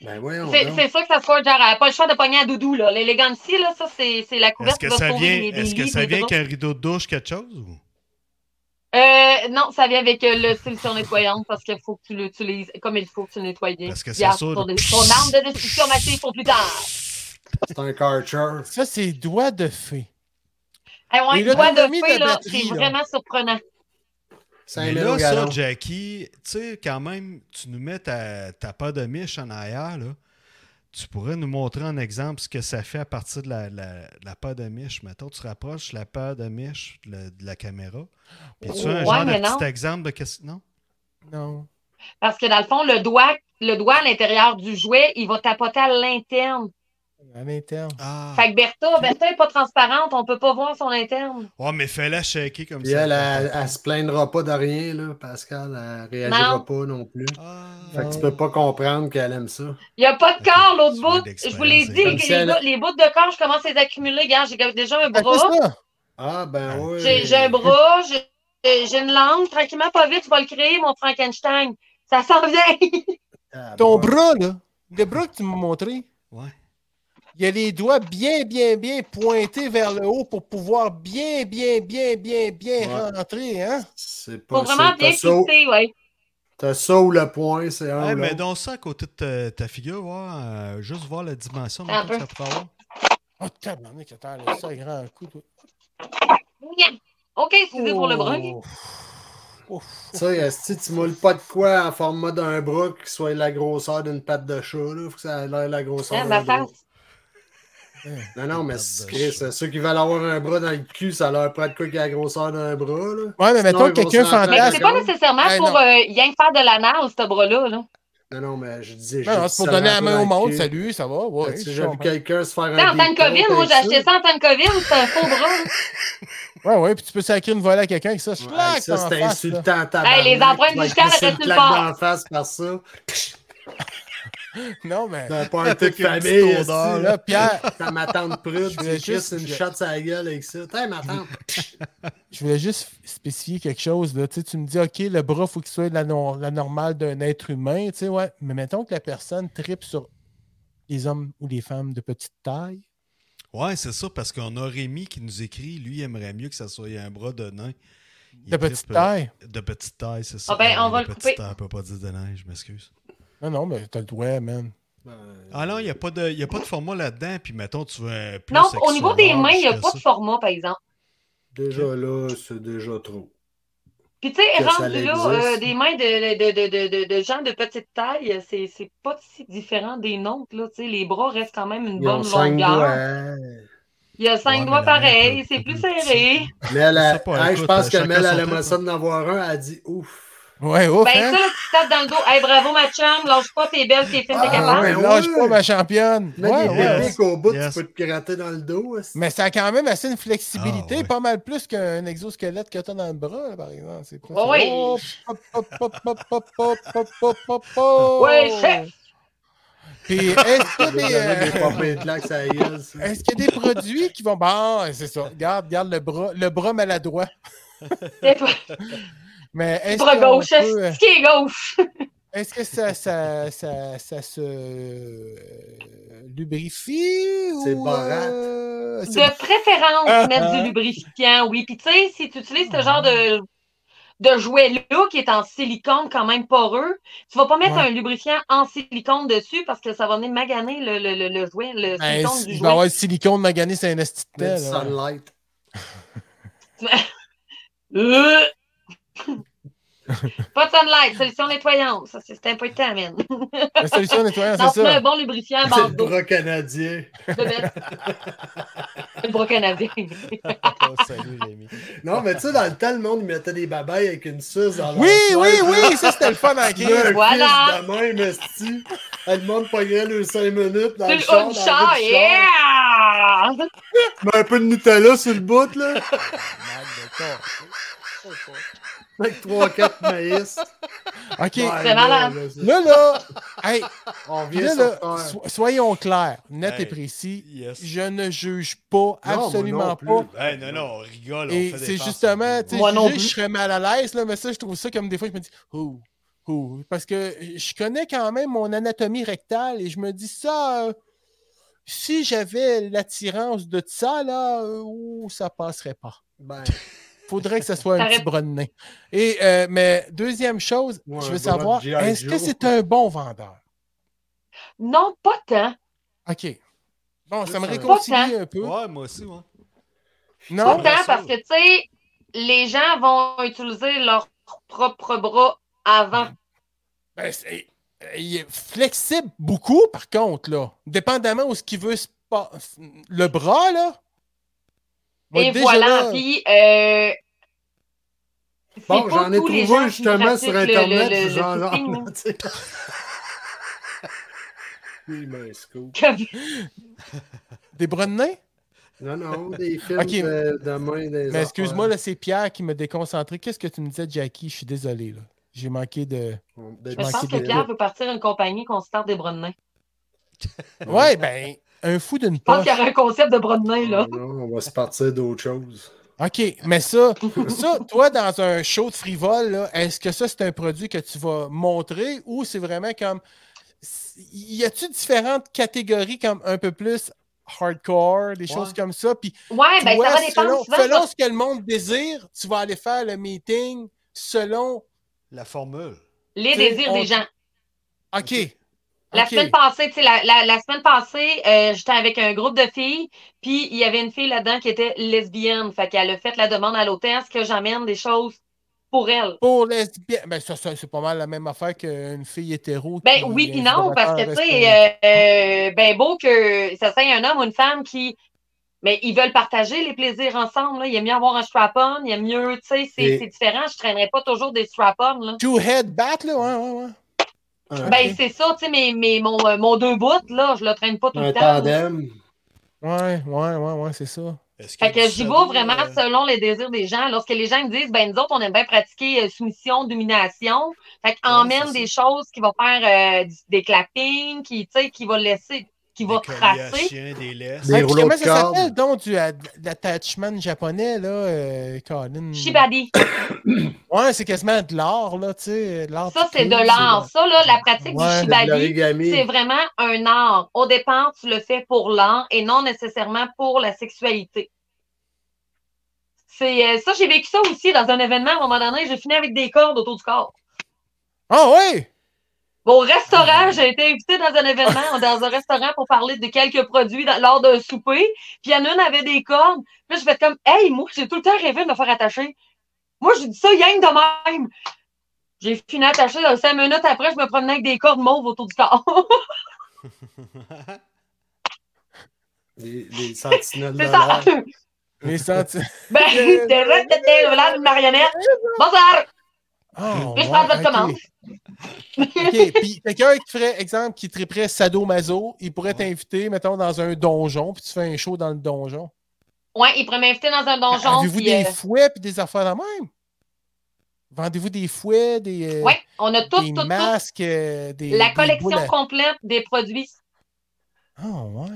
B: Ben voyons.
G: C'est
B: donc.
G: c'est sûr que ça se fait genre, elle a pas le choix de pogner à doudou. là. L'élégance, là, ça, c'est c'est la
D: Est-ce
G: couverture
D: que
G: de
D: ça vient,
G: des, des
D: est-ce que
G: lits,
D: ça
G: des
D: vient
G: draps.
D: avec un rideau de douche, quelque chose? ou-
G: Euh, non, ça vient avec euh, le solution nettoyante parce qu'il faut que tu l'utilises comme il faut que tu le nettoies bien.
D: Parce que c'est
G: Garde
D: sûr-
G: Ton, ton arme de destruction massive pour plus tard.
B: C'est un Karcher.
C: Ça, c'est doigt de fée.
G: Hey, ouais,
C: Et là,
G: doigt
C: t'as
G: de
C: mis ta
G: fée, là,
C: batterie,
G: c'est
C: là.
G: vraiment surprenant.
B: C'est
D: Mais
B: un
D: là, ça,
B: gallon.
D: Jackie, tu sais, quand même, tu nous mets ta, ta pas de miche en arrière, là. Tu pourrais nous montrer en exemple ce que ça fait à partir de la, la, la paire de miche. Mettons, tu rapproches la paire de miche de, la- de la caméra. Puis tu as un
G: Ouais,
D: genre de
G: mais
D: petit
G: non.
D: exemple de qu'est-ce. Non?
C: Non.
G: Parce que dans le fond, le doigt, le doigt à l'intérieur du jouet, il va tapoter à l'interne.
C: À l'interne.
D: Ah!
G: Fait que Bertha, Bertha n'est pas transparente, on peut pas voir son interne.
D: Ouais, mais fais-la shaker comme
B: Puis
D: ça.
B: elle, elle, elle se plaindra pas de rien, là. Pascal, elle réagira
G: Non.
B: pas non plus.
D: Ah.
B: Fait que tu peux pas comprendre qu'elle aime ça.
G: Il n'y a pas de corps, l'autre
D: Tu
G: bout.
D: manques d'expérience,
G: Je vous l'ai
D: c'est
G: dit,
B: comme
G: les,
B: si elle-
G: bouts- les bouts de corps, je commence à les accumuler. Regarde, j'ai déjà un
C: Ah,
G: bras.
C: c'est ça.
B: Ah, ben oui.
G: J'ai j'ai un bras, j'ai- j'ai j'ai une langue. Tranquillement, pas vite, tu vas le créer, mon Frankenstein. Ça s'en vient.
B: Ah,
C: Ton
B: bon.
C: bras, là. Le bras que tu m'as montré.
D: Ouais.
C: Il a les doigts bien, bien, bien pointés vers le haut pour pouvoir bien, bien, bien, bien, bien
B: Ouais.
C: rentrer, hein?
B: C'est pas
G: Faut vraiment
B: c'est-
G: bien
B: T'as ça, ou-
G: cliquer, ouais.
B: t'as ça ou le point, c'est un.
D: Hey,
B: ou
D: mais
C: hein.
B: l'autre.
D: donc ça, à côté de ta, ta figure, voir, euh, juste voir la dimension
G: Un
D: mettons, que
G: peu.
D: ça pourrait avoir.
C: Oh, tabarnak, attends, là, ça grand coup. toi.
G: Nya. OK, excusez
D: Oh,
G: pour le bras.
C: Ouf. Ouf.
B: Tu sais, si tu moules pas de quoi en format d'un bras qui soit la grosseur d'une patte de chat, là, faut que ça ait l'air la grosseur
G: Hein, ma
B: d'un bras.
G: face.
B: Non, non, mais
D: patte
B: c'est-
D: de
B: Chris,
D: chat.
B: ceux qui veulent avoir un bras dans le cul, ça leur prend de quoi qui a la grosseur d'un bras, là.
C: Ouais, mais mettons
B: ils vont
C: quelqu'un
B: se rentrer
G: Mais
C: fantasme.
B: Ah,
G: c'est
B: c'est
G: pas
B: bon.
G: nécessairement
C: Eh,
G: pour
C: non.
G: euh, rien faire de l'anal, ce bras-là. Là.
B: Non, non, mais je disais
C: Non,
B: juste
C: non, c'est
B: si
C: pour
B: ça
C: donner la
B: rentre
C: main
B: dans
C: au
B: le
C: monde,
B: cul.
C: salut, ça va? Ouais,
B: T'as-tu
C: je
B: déjà vu
C: comprends.
B: quelqu'un se faire
G: Tu sais,
B: un
G: En temps de
B: décompte
G: COVID, moi,
B: avec
G: j'ai acheté ça en temps de COVID, c'est un faux bras.
C: Ouais, ouais, puis tu peux sacrer une volée à quelqu'un avec ça.
B: Ouais,
C: Schlac,
B: ça,
C: t'en
B: c'était
C: face, là.
B: insultant.
G: Hey, les empreintes digitales,
B: c'est
G: arrête-tu
B: une
G: le
B: claque
G: bord.
B: d'en face par ça.
C: Non, mais. ah,
B: C'est un party de
D: Avec une petite
B: famille.
D: odeur,
B: esti,
C: Là, Pierre,
B: Ça m'attend de prude.
C: Je vais
B: Tu juste
C: juste-
B: une
C: je-
B: chatte sur la gueule avec ça. T'es ma tante.
C: je voulais juste spécifier quelque chose. Là. Tu sais, tu me dis, OK, le bras, faut qu'il soit la, nor- la normale d'un être humain. Tu sais, ouais. Mais mettons que la personne tripe sur les hommes ou les femmes de petite taille.
D: Ouais, c'est ça, parce qu'on a Rémi qui nous écrit, lui, il aimerait mieux que ça soit un bras de nain. Il
C: De petite
D: trippe, euh,
C: taille.
D: De petite taille, c'est ça.
G: Ah ben,
D: Ouais,
G: on
D: de
G: va le
D: petite
G: couper.
D: taille, on peut pas dire de nain, je m'excuse.
C: Non, non, mais t'as le doigt, man.
D: Ah non, il n'y a, pas de- il y a pas de format là-dedans, puis mettons, tu veux un plus
G: Non, au niveau des
D: accessoire,
G: mains, il n'y a
D: jusqu'à
G: pas
D: ça.
G: de format, par exemple.
B: Déjà là, c'est déjà trop.
G: Puis tu sais,
B: Que ça
G: rendu là,
B: existe.
G: euh, des mains de, de, de, de, de, de gens de petite taille, c'est c'est pas si différent des nôtres. Là, tu sais, les bras restent quand même une
B: Ils ont
G: bonne
B: cinq
G: longueur.
B: doigts.
G: Il y a
D: Ouais,
G: cinq
D: mais la main
G: doigts
D: est
G: pareils,
D: plus-
G: c'est
D: plus
G: plus
D: petite.
G: serré.
B: Mel,
D: Je sais
B: elle-
D: pas,
B: hey, je
D: écoute,
C: euh,
B: pense que
D: chacun
B: Mel,
D: son
B: elle
D: truc,
B: aimerait ça d'en avoir un. Elle a dit ouf.
C: Ouais, ouf,
G: Ben
C: hein?
G: ça, là, tu tapes dans le dos. Hey, bravo, ma chum, lâche pas, t'es belle, t'es fine,
B: Ah,
G: t'es
C: Ah,
G: capable.
C: ouais,
B: ouais,
C: lâche
B: ouais.
C: pas ma championne.
B: Là,
C: Ouais,
B: des
C: ouais.
D: bébés.
B: pépiques au bout,
D: Yes.
B: tu peux te gratter dans le dos. esti.
C: Mais ça a quand même assez une
D: Ah,
C: flexibilité,
D: ouais.
C: pas mal plus qu'un exosquelette que t'as dans le bras, là, par exemple. C'est pas
G: Ah, ouais.
C: Hop, hop, hop, hop, hop, hop, hop, hop, hop, hop.
G: Ouais, chef.
C: Puis est-ce que
B: Des
C: des,
B: années, des
C: euh,
B: pompées de claques, ça gueule. ça.
C: Est-ce qu'il y a des produits qui vont. Bon, c'est ça. Regarde, regarde le bras, le bras maladroit.
G: T'es pas-
C: Mais est-ce
G: Bras
C: qu'on
G: gauche,
C: peut-
G: ce qui est gauche.
C: est-ce que ça, ça, ça, ça se euh, lubrifie
B: C'est
C: ou,
B: barate.
C: euh, c'est-
G: De préférence,
C: Ah,
G: mettre
C: ah.
G: du lubrifiant, oui. Puis tu sais, si tu utilises ce genre de, de jouet-là qui est en silicone quand même poreux, tu vas pas mettre
C: Ouais.
G: un lubrifiant en silicone dessus parce que ça va venir maganer le, le, le, le jouet, le
C: Ben,
G: silicone du
C: il
G: jouet.
C: va avoir le silicone magané, c'est un
B: Mets du
C: esthétique.
B: sunlight.
G: Euh, Pas de sunlight, solution nettoyante. Ça, c'est c'est important, man.
C: La solution nettoyante,
G: Non,
C: Ah, c'est
G: c'est un
C: ça.
G: bon lubrifiant à
B: C'est
G: base
B: le
G: d'eau
B: bras canadien.
G: de mettre. Le bras canadien.
C: Oh, salut, Rémi.
B: Non, mais tu sais, dans le temps, le monde, il mettait des babayes avec une suce dans leur
C: Oui,
B: soie,
C: oui,
B: puis
C: oui, ça c'était le fun hein, en
B: Il y a
C: crise.
B: un
G: Voilà.
B: fils de même, esti. Le monde pognerait le 5 minutes dans
G: C'est
B: le
G: le
B: char. dans
G: haut du
B: la
G: char,
B: rue du char.
G: yeah!
B: Mets un peu de Nutella sur le bout, là.
C: Mal de corps.
B: Avec 3-4 maïs.
C: OK,
B: Ouais,
G: C'est malade.
B: là, c'est-
C: là, là, hey,
B: On vient
C: là,
B: sur
C: là,
B: terre.
C: so- soyons clairs, net
D: Hey.
C: et précis.
D: Yes.
C: Je ne juge pas,
B: Non, moi
C: absolument
B: non
C: pas.
B: plus.
D: Hey, Ben, non, non, on rigole. on
C: Et
D: fait des
C: c'est
D: farces.
C: justement, tu sais,
G: Moi non
C: juger,
G: plus.
C: je serais mal à l'aise, là, mais ça, je trouve ça comme des fois, je me dis, oh, oh, parce que je connais quand même mon anatomie rectale et je me dis ça, euh, si j'avais l'attirance de ça, là, euh, oh, ça passerait pas.
B: Ben,
C: Faudrait que ça soit un
G: T'arrêtes.
C: petit bras de nain. Et, euh, mais deuxième chose,
B: Ou un
C: je
B: bras
C: veux
B: de
C: savoir,
B: G.I.
C: est-ce que
B: Joe.
C: c'est un bon vendeur?
G: Non, pas tant.
C: OK. Bon, ça me
B: Pas
C: réconcilie un peu.
D: Ouais, moi aussi, moi.
G: Pas
C: Non?
D: bien
G: tant
D: sûr.
G: parce que, tu sais, les gens vont utiliser leur propre bras avant.
C: Ben, c'est- euh, il est flexible beaucoup, par contre, là. Dépendamment où ce qu'il veut se pa- le bras, là. Moi,
G: Et
C: déjà,
G: voilà,
C: là,
G: puis... Euh... c'est
B: Bon,
G: pas
B: j'en ai
G: tous les gens
B: trouvé
G: qui
B: justement sur
G: pratiquent le-
B: Internet.
G: le- le-
B: du
G: le
B: genre,
G: footing,
B: là,
G: là.
B: tu sais. Oui, mais c'est cool.
G: Comme-
C: Des bras de nain?
B: Non, non, des films
C: Ok.
B: de, de main des
C: Mais excuse-moi,
B: affaires.
C: là, c'est Pierre qui m'a déconcentré. Qu'est-ce que tu me disais, Jackie? Je suis désolé, là. J'ai manqué de.
B: Des
G: Je pense
C: manquais
G: que
C: de-
G: Pierre veut partir une compagnie qu'on se tarde des bras de nain.
C: Ouais, ben, un fou d'une
G: Je pense
C: poche.
G: qu'il y aurait un concept de bras de nain, là.
B: Non, on va se partir d'autre chose.
C: OK, mais ça, ça, toi, dans un show de frivole, là, est-ce que ça, c'est un produit que tu vas montrer ou c'est vraiment comme. Y a-tu différentes catégories comme un peu plus hardcore, des choses
D: Ouais.
C: comme ça? Puis
G: Ouais, ben,
C: Toi,
G: ça va dépendre
C: selon,
G: souvent.
C: selon
G: ça-
C: ce que le monde désire, tu vas aller faire le meeting selon.
D: La formule.
G: Les
C: tu sais,
G: désirs
C: on-
G: des gens.
C: OK.
G: La
C: OK.
G: semaine passée, tu sais, la, la, la semaine passée, euh, j'étais avec un groupe de filles, puis il y avait une fille là-dedans qui était lesbienne. Fait qu'elle a fait la demande à l'hôtel, est-ce que j'emmène des choses pour elle?
C: Pour lesbiennes, ben ça, ça, c'est pas mal la même affaire qu'une fille hétéro.
G: Ben
C: qui
G: oui,
C: est
G: puis non, parce que, tu
C: célibataire,
G: sais, euh, euh, ben beau que ça soit un homme ou une femme qui. Mais ils veulent partager les plaisirs ensemble, là. Il y a mieux avoir un strap-on, il y a mieux, tu sais, c'est
B: Et-
G: c'est différent. Je traînerais pas toujours des strap-on, là.
C: Two-head bat, là, ouais, ouais, ouais.
B: Un,
G: Ben, c'est ça, tu sais, mais, mais mon, euh, mon deux bouts, là, je le traîne pas tout
B: un
G: le temps. là.
B: tandem.
C: Ouais, ouais, ouais, ouais, c'est ça.
D: Est-ce
G: Fait que
D: du
G: j'y vais
D: sado,
G: vraiment
D: euh,
G: selon les désirs des gens. Lorsque les gens me disent, ben, nous autres, on aime bien pratiquer euh, soumission, domination. Fait qu'emmène
D: c'est
G: des choses qui vont faire euh, du- des clappings, qui, tu sais, qui va laisser, qui va
D: des colliers à
G: tracer.
D: chiens, des laisses.
B: Des
C: Hey, puis
B: rouleaux
C: comment
B: de
C: ça
B: corde.
C: s'appelle donc du ad- l'attachment japonais, là, euh, Colin?
G: Shibadi.
C: Ouais, c'est quasiment de l'art, là, tu sais. de l'art
G: Ça, c'est de
C: tout,
G: l'art. Ça, là, la pratique
C: Ouais,
G: du
B: C'est de
G: shibari,
B: l'origami.
G: c'est vraiment un art. Au départ, tu le fais pour l'art et non nécessairement pour la sexualité. C'est euh, ça, j'ai vécu ça aussi dans un événement. À un moment donné, j'ai fini avec des cordes autour du corps.
C: Ah, ouais!
G: Bon, au restaurant, j'ai été invitée dans un événement, dans un restaurant pour parler de quelques produits dans- lors d'un souper. Puis il y en a une avait des cordes. Puis là, je fais comme, hey, moi, j'ai tout le temps rêvé de me faire attacher. Moi, j'ai dit ça, yang de même. J'ai fini attachée dans cinq minutes après, je me promenais avec des cordes mauves autour du corps.
B: Les, les sentinelles de
G: C'est ça.
B: l'air.
C: Les senti-
G: Ben,
C: Le-
G: de répéter le volant d'une marionnette. Bonsoir.
C: Ah,
G: Juste prendre votre
C: ouais,
G: commande.
C: OK. Puis quelqu'un qui ferait, exemple, qui triperait sadomaso, il pourrait t'inviter, mettons, dans un donjon, puis tu fais un show dans le donjon.
G: Ouais, il pourrait m'inviter dans un donjon.
C: Avez-vous
G: Puis,
C: des
G: euh,
C: fouets puis des affaires de même? Vendez-vous des fouets, des, euh,
G: ouais, on a tout,
C: des
G: tout, tout.
C: masques, euh, des.
G: La
C: des
G: collection
C: boules à-
G: complète des produits.
C: Ah, ouais.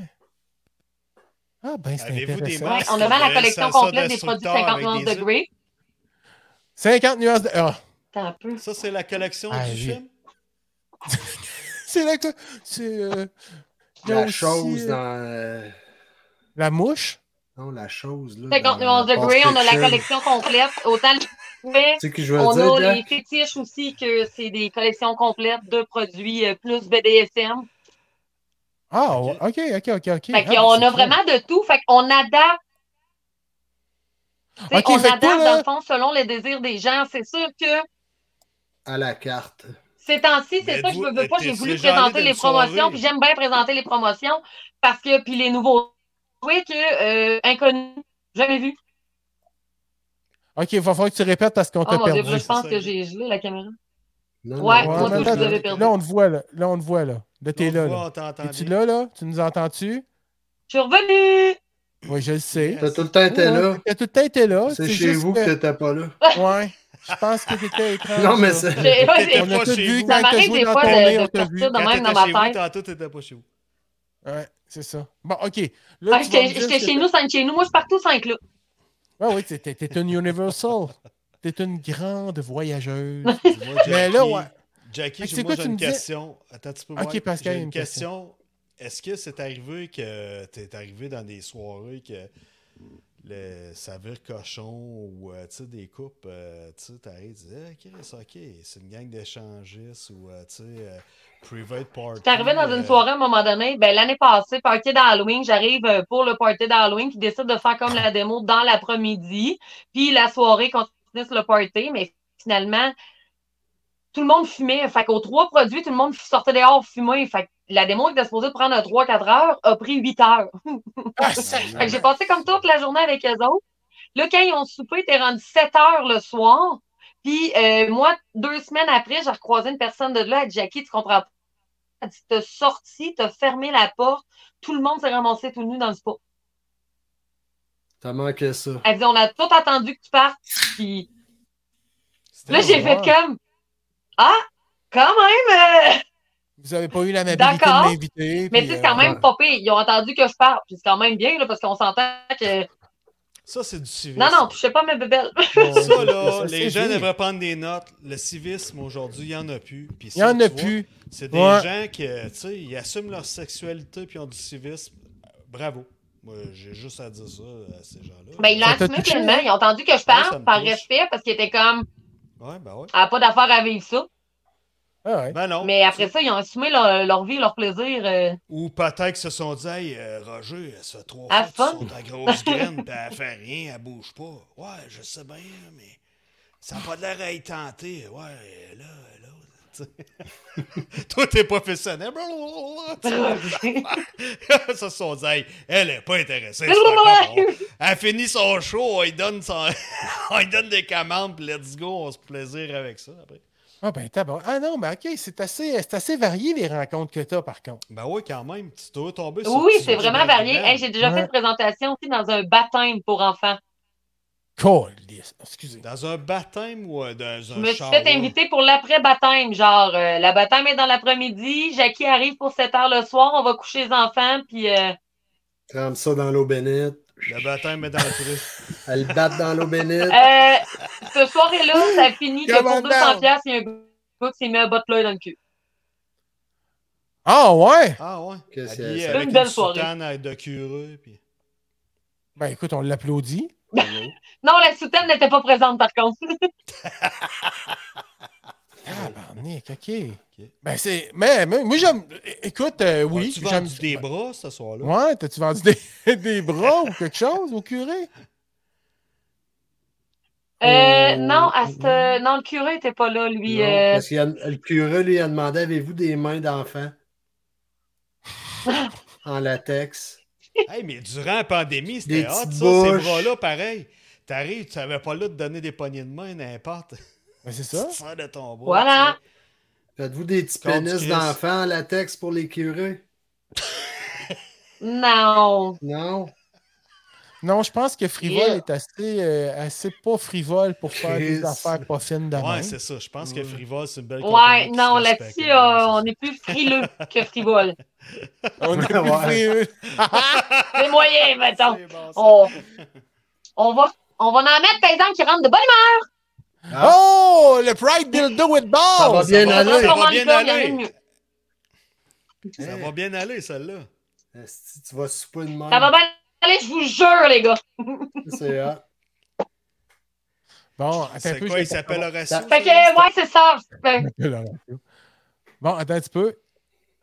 C: Ah, ben, c'est
D: Avez-vous des
C: intéressant.
G: Ouais,
D: masques?
G: on a même la
D: Ouais,
G: collection
D: ça, ça,
G: complète des produits
D: destructeur
G: 50
D: avec
G: nuances
D: des
G: degrés.
C: 50 nuances de. ah,
G: Attends un peu.
D: Ça, c'est la collection
C: Ah,
D: du
C: j'ai-
D: film?
C: c'est là que. C'est. euh, il y a
B: La
C: aussi,
B: chose
C: euh,
B: dans. euh,
C: La mouche?
B: Non, la chose. Là,
G: 50
B: dans
G: nuances degrés,
B: Pulp
G: on a la
B: Fiction.
G: collection complète. Autant le fait,
B: Tu sais que je veux
G: on
B: dire,
G: a
B: Dan?
G: les fétiches aussi, que c'est des collections complètes de produits euh, plus BDSM.
C: Ah,
D: Ok.
C: ouais, ok, ok, ok, ok.
G: Fait
C: Ah,
G: qu'on
C: ben, c'est
G: a vraiment de tout. Fait qu'on adapte. Tu sais,
C: Ok,
G: on
C: fait que
G: adapte,
C: toi, là-
G: dans le fond, selon les désirs des gens. C'est sûr que
B: à la carte.
G: Ces temps-ci, c'est
F: Mais
G: ça que je
F: vous-
G: veux, veux pas. J'ai
F: t'es-
G: voulu
F: t'es déjà
G: présenter
F: allé
G: les
F: d'une soirée.
G: promotions, puis j'aime bien présenter les promotions parce que, puis les nouveaux jouets que, euh, inconnus, jamais vu.
C: OK, il va falloir que tu répètes parce qu'on
G: Oh
C: t'a
G: mon dieu,
C: perdu.
G: moi, je
D: c'est
G: pense
D: ça.
G: que j'ai gelé la caméra.
B: Non,
G: Ouais,
B: non, non,
G: moi, tout, je
B: non,
G: vous avais perdu.
C: là, on te voit, là. Là, on te voit, là. Là, t'es
D: L'autre
C: là,
D: fois,
C: là.
D: on t'entend
C: Es-tu
D: bien.
C: là, là? Tu nous entends-tu?
G: Je suis revenue!
C: Oui, je le sais.
B: T'as tout le temps été là.
C: T'as tout le temps été là.
B: C'est chez
C: juste
B: vous que t'étais pas là.
C: Ouais. Je pense que t'étais étrange.
B: Non, mais
C: là.
B: c'est.
G: J'ai- ouais, j'ai-
C: On a
F: Pas
C: tout
F: chez
C: vu
F: vous.
G: Ça
C: quand t'as
G: m'arrive
C: joué
G: des
C: dans
G: fois
C: ton
G: de-
C: nez,
G: de
C: on t'a vu.
G: sortir de
D: Quand
G: même
D: t'étais
G: dans ma
D: chez vous,
G: tête.
D: Tantôt, t'étais pas chez vous.
C: Ouais, c'est ça. Bon, OK. Là,
G: Ah,
C: tu vas me
G: J'étais
C: dire
G: j'étais
C: que-
G: chez nous, sans être chez nous. Moi, je suis partout sans être là.
C: Ouais, oui, t'es- t'es t'es une Universal. T'es une grande voyageuse.
D: Dis-moi,
C: Mais
D: Jackie-
C: là, ouais. Fait
D: Jackie,
C: que
D: j'ai-
C: c'est
D: moi,
C: quoi,
D: j'ai
C: tu
D: une
C: me disais-
D: question. Attends, tu peux
C: Ok, Pascal,
D: J'ai
C: une
D: une question. Est-ce que c'est arrivé que tu es arrivé dans des soirées que le saveur cochon ou euh, tu sais, des coupes, euh, tu sais, t'arrives, tu dis, Eh, Chris, ok, c'est une gang d'échangistes ou euh, tu sais, euh, private party.
G: J'étais arrivée dans
D: euh,
G: une soirée à un moment donné, ben, l'année passée, party d'Halloween, j'arrive euh, pour le party d'Halloween, qui décide de faire comme la démo dans l'après-midi, puis la soirée continue sur le party, mais finalement, tout le monde fumait. Fait qu'aux trois produits, tout le monde sortait dehors fumer. Fait que la démo qui était supposée prendre 3-4 heures a pris 8 heures.
C: Ah, ça-
G: Fait que j'ai passé comme toute la journée avec eux autres. Là, quand ils ont soupé, t'es rendu 7 heures le soir. Puis euh, moi, deux semaines après, j'ai recroisé une personne de là. Elle dit Jackie, tu comprends pas. Elle dit T'as sorti, t'as fermé la porte. Tout le monde s'est ramassé tout nu dans le spa.
B: T'as manqué ça.
G: Elle dit On a tout attendu que tu partes. Puis
D: c'était
G: là,
D: dans
G: j'ai
D: un-
G: fait comme Ah, quand même. euh,
C: Vous avez pas eu l'amabilité de
G: D'accord.
C: m'inviter. puis,
G: Mais tu sais, c'est
C: euh,
G: quand même pas pire. Ils ont attendu que je parte. Puis c'est quand même bien, là, parce qu'on s'entend que.
D: Ça, c'est du civisme.
G: Non, non, touchez pas mes bébelles.
C: bon,
D: Ça, là,
C: ça, c'est
D: les gens
C: vu.
D: devraient prendre des notes. Le civisme, aujourd'hui, il n'y en a plus. Puis
C: Il y en
D: ça,
C: a
D: tu vois,
C: plus.
D: C'est des
C: Ouais.
D: gens qui, euh, tu sais, ils assument leur sexualité puis ont du civisme. Bravo. Moi, j'ai juste à dire ça à ces gens-là.
G: Ben, ils l'ont
C: Ça t'a
G: assumé
C: touché,
G: pleinement. Ils ont entendu que je
D: ça
G: parte
D: me
G: par
D: touche.
G: respect parce qu'ils étaient comme,
D: Ouais, ben ouais.
G: elle a pas d'affaire à vivre ça.
C: Ah, ouais.
D: Ben non.
G: Mais après ça, ils ont assumé leur, leur vie, leur plaisir. euh.
D: Ou peut-être qu'ils se sont dit, hey, euh, Roger, elle se fait trois
G: Ah,
D: fois
G: fun.
D: sur ta grosse graine, puis elle fait rien, elle bouge pas. Ouais, je sais bien, mais ça n'a pas de l'air à y tenter. Ouais, là, là. tu sais. Toi, t'es professionnel. Blablabla, tu sais. Ils se sont dit, Hey, elle est pas intéressée. c'est pas grave. Elle finit son show, on lui donne, son... on lui donne des commandes, puis let's go, on se plaisir avec ça après.
C: Ah, ben, tabar- Ah, non, mais OK, c'est assez, c'est assez varié les rencontres que t'as, par contre.
D: Ben oui, quand même, tu dois tomber sur.
G: oui,
D: sur
G: c'est
D: du
G: vraiment varié.
D: naturel.
G: Hey, J'ai déjà
C: Ouais.
G: fait une présentation aussi dans un baptême pour enfants.
C: Colisse. Excusez.
D: Dans un baptême ou euh, dans
G: Je
D: un
G: me suis
D: shower?
G: fait inviter pour l'après-baptême. Genre, euh, la baptême est dans l'après-midi. Jackie arrive pour 7 heures le soir. On va coucher les enfants. Puis, euh,
B: Trempe ça dans l'eau bénite.
D: Le baptême est dans le trou.
B: Elle batte dans l'eau bénite.
G: euh, ce soir-là, ça finit que
C: Come on
G: pour 200$,
C: down.
G: piastres, il y a un gars qui s'est mis un bas de l'œil dans le cul.
C: Ah, ouais?
D: Ah ouais.
B: Qu'est-ce que
D: Habillé
B: c'est?
D: avec
G: Une belle soirée.
D: soutane à- de curé. Puis...
C: Ben, écoute, on l'applaudit.
G: Non, la soutane n'était pas présente, par contre.
C: Ah, Barnick, OK.
D: Ok.
C: Ben, c'est. Mais, mais moi, j'aime. é- Écoute, euh, oui,
D: tu
C: j'aime.
D: vendu des bras ce soir-là.
C: Ouais, t'as-tu vendu des, des bras ou quelque chose au curé?
G: Euh,
C: Oh.
G: non, à ce... non, le curé était pas là, lui.
B: Non,
G: euh,
B: Parce que le curé lui a demandé avez-vous des mains d'enfant En latex.
D: Hey, mais durant la pandémie,
B: Des
D: c'était hot, ça,
B: petites
D: ces
B: bouches.
D: bras-là, pareil. T'arrives, tu n'avais pas le droit de donner des poignées de main, n'importe.
C: Ben, c'est
D: Tu
C: ça.
D: te sers de ton bras.
G: Voilà.
D: tu
B: Faites-vous des petits
D: Contre
B: pénis
D: Christ.
B: d'enfant en latex pour les curés
G: Non.
B: Non.
C: Non, je pense que frivole
G: Yeah.
C: est assez, euh, assez pas frivole pour faire des
B: Chris.
C: affaires pas fines
D: sais.
C: de
D: Ouais,
C: même.
D: c'est ça. Je pense que
B: Ouais.
D: Frivole, c'est une belle compagnie
G: Ouais,
D: qui
G: non,
D: se respecte.
G: là-dessus, euh, on est plus frileux que frivole.
C: On est plus
B: Ouais.
C: frileux.
G: C'est moyen, mettons.
D: C'est bon, ça.
G: On, on va. On va en mettre, par exemple, qui rentrent de bonne humeur.
C: Oh, le Pride Dildo with
B: Ah. Oh, Ça va
C: Balls!
B: bien
G: On va
B: aller.
D: va
G: transformer
D: bien
G: le plat, il y en a
D: aller.
G: de mieux.
D: Ça va bien aller, celle-là.
B: Esti, Tu vas souper de main.
G: Ça va bien aller, je vous jure, les gars.
B: C'est hot.
C: Bon, attends un
D: C'est
C: peu.
D: quoi,
C: je
D: il s'appelle Horatio?
G: Fait que, ouais, c'est ça. Fait-
C: vais- Bon, attends un petit peu.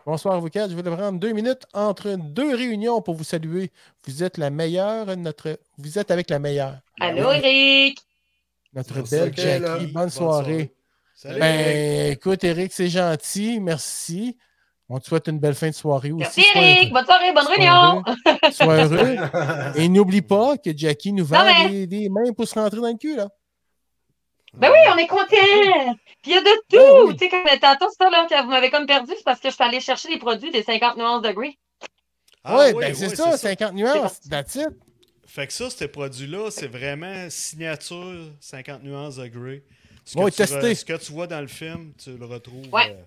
C: Bonsoir, vous quatre. Je vais prendre deux minutes entre deux réunions pour vous saluer. Vous êtes la meilleure, notre... vous êtes avec la meilleure.
G: Allô, Eric.
C: Notre
B: Merci,
C: belle
B: ok,
C: Jackie,
B: là.
C: bonne,
B: Bonne
C: soirée.
D: Salut, Eric.
C: Ben, écoute, Eric, c'est gentil. Merci. On te souhaite une belle fin de soirée aussi.
G: Merci,
C: Sois
G: Eric.
C: heureux.
G: Bonne soirée, bonne réunion.
C: Sois heureux.
B: euh,
C: Et n'oublie pas que Jackie nous vend
G: Non, mais-
C: des, des mains pour se rentrer dans le cul, là.
G: Ben oui, on est content. Puis il y a de tout.
C: Ben oui.
G: Tu sais, quand tantôt, c'est ça, là, que vous m'avez comme perdu, c'est parce que je suis allée chercher les produits des 50 nuances degrés.
D: Ah
C: ouais,
D: oui,
C: ben
D: oui,
C: c'est ça, 50 nuances,
G: parti.
C: that's it.
D: Fait que ça, ces produits-là, c'est vraiment signature 50 nuances de Grey. Ce,
C: Ouais,
D: que tu re-
C: testé.
D: ce que tu vois dans le film, tu le retrouves.
G: Ouais.
D: euh,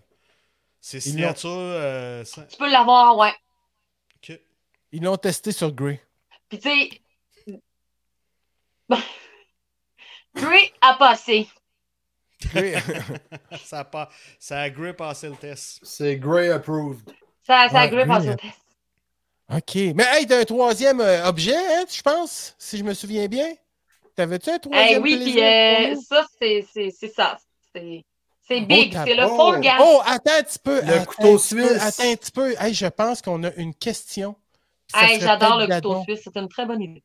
D: c'est
C: Ils l'ont.
D: signature. euh, cin-
G: Tu peux l'avoir, ouais.
D: ok.
C: Ils l'ont testé sur Grey.
G: Puis tu sais. Grey a passé.
C: Grey-
D: ça, a pas, ça a Grey passé le test.
B: C'est Grey approved.
G: Ça, ça a
C: Ouais,
G: Grey
C: Grey,
G: passé
C: euh,
G: au test.
C: OK. Mais hey, t'as un troisième euh, objet, hein, je pense, si je me souviens bien. T'avais-tu un troisième
G: Eh oui,
C: plaisir
G: puis euh,
C: pour nous?
G: ça, c'est c'est- c'est ça. C'est c'est big.
C: Oh, t'as-
G: c'est le
B: oh.
G: four gas.
C: Oh, attends un petit peu.
B: Le
C: attends
B: couteau
C: un petit peu,
B: suisse.
C: Attends un petit peu. Hey, je pense qu'on a une question. Ça
G: Hey,
C: serait
G: J'adore le
C: peut-être
G: couteau
C: Dadon.
G: suisse. C'est une très bonne idée.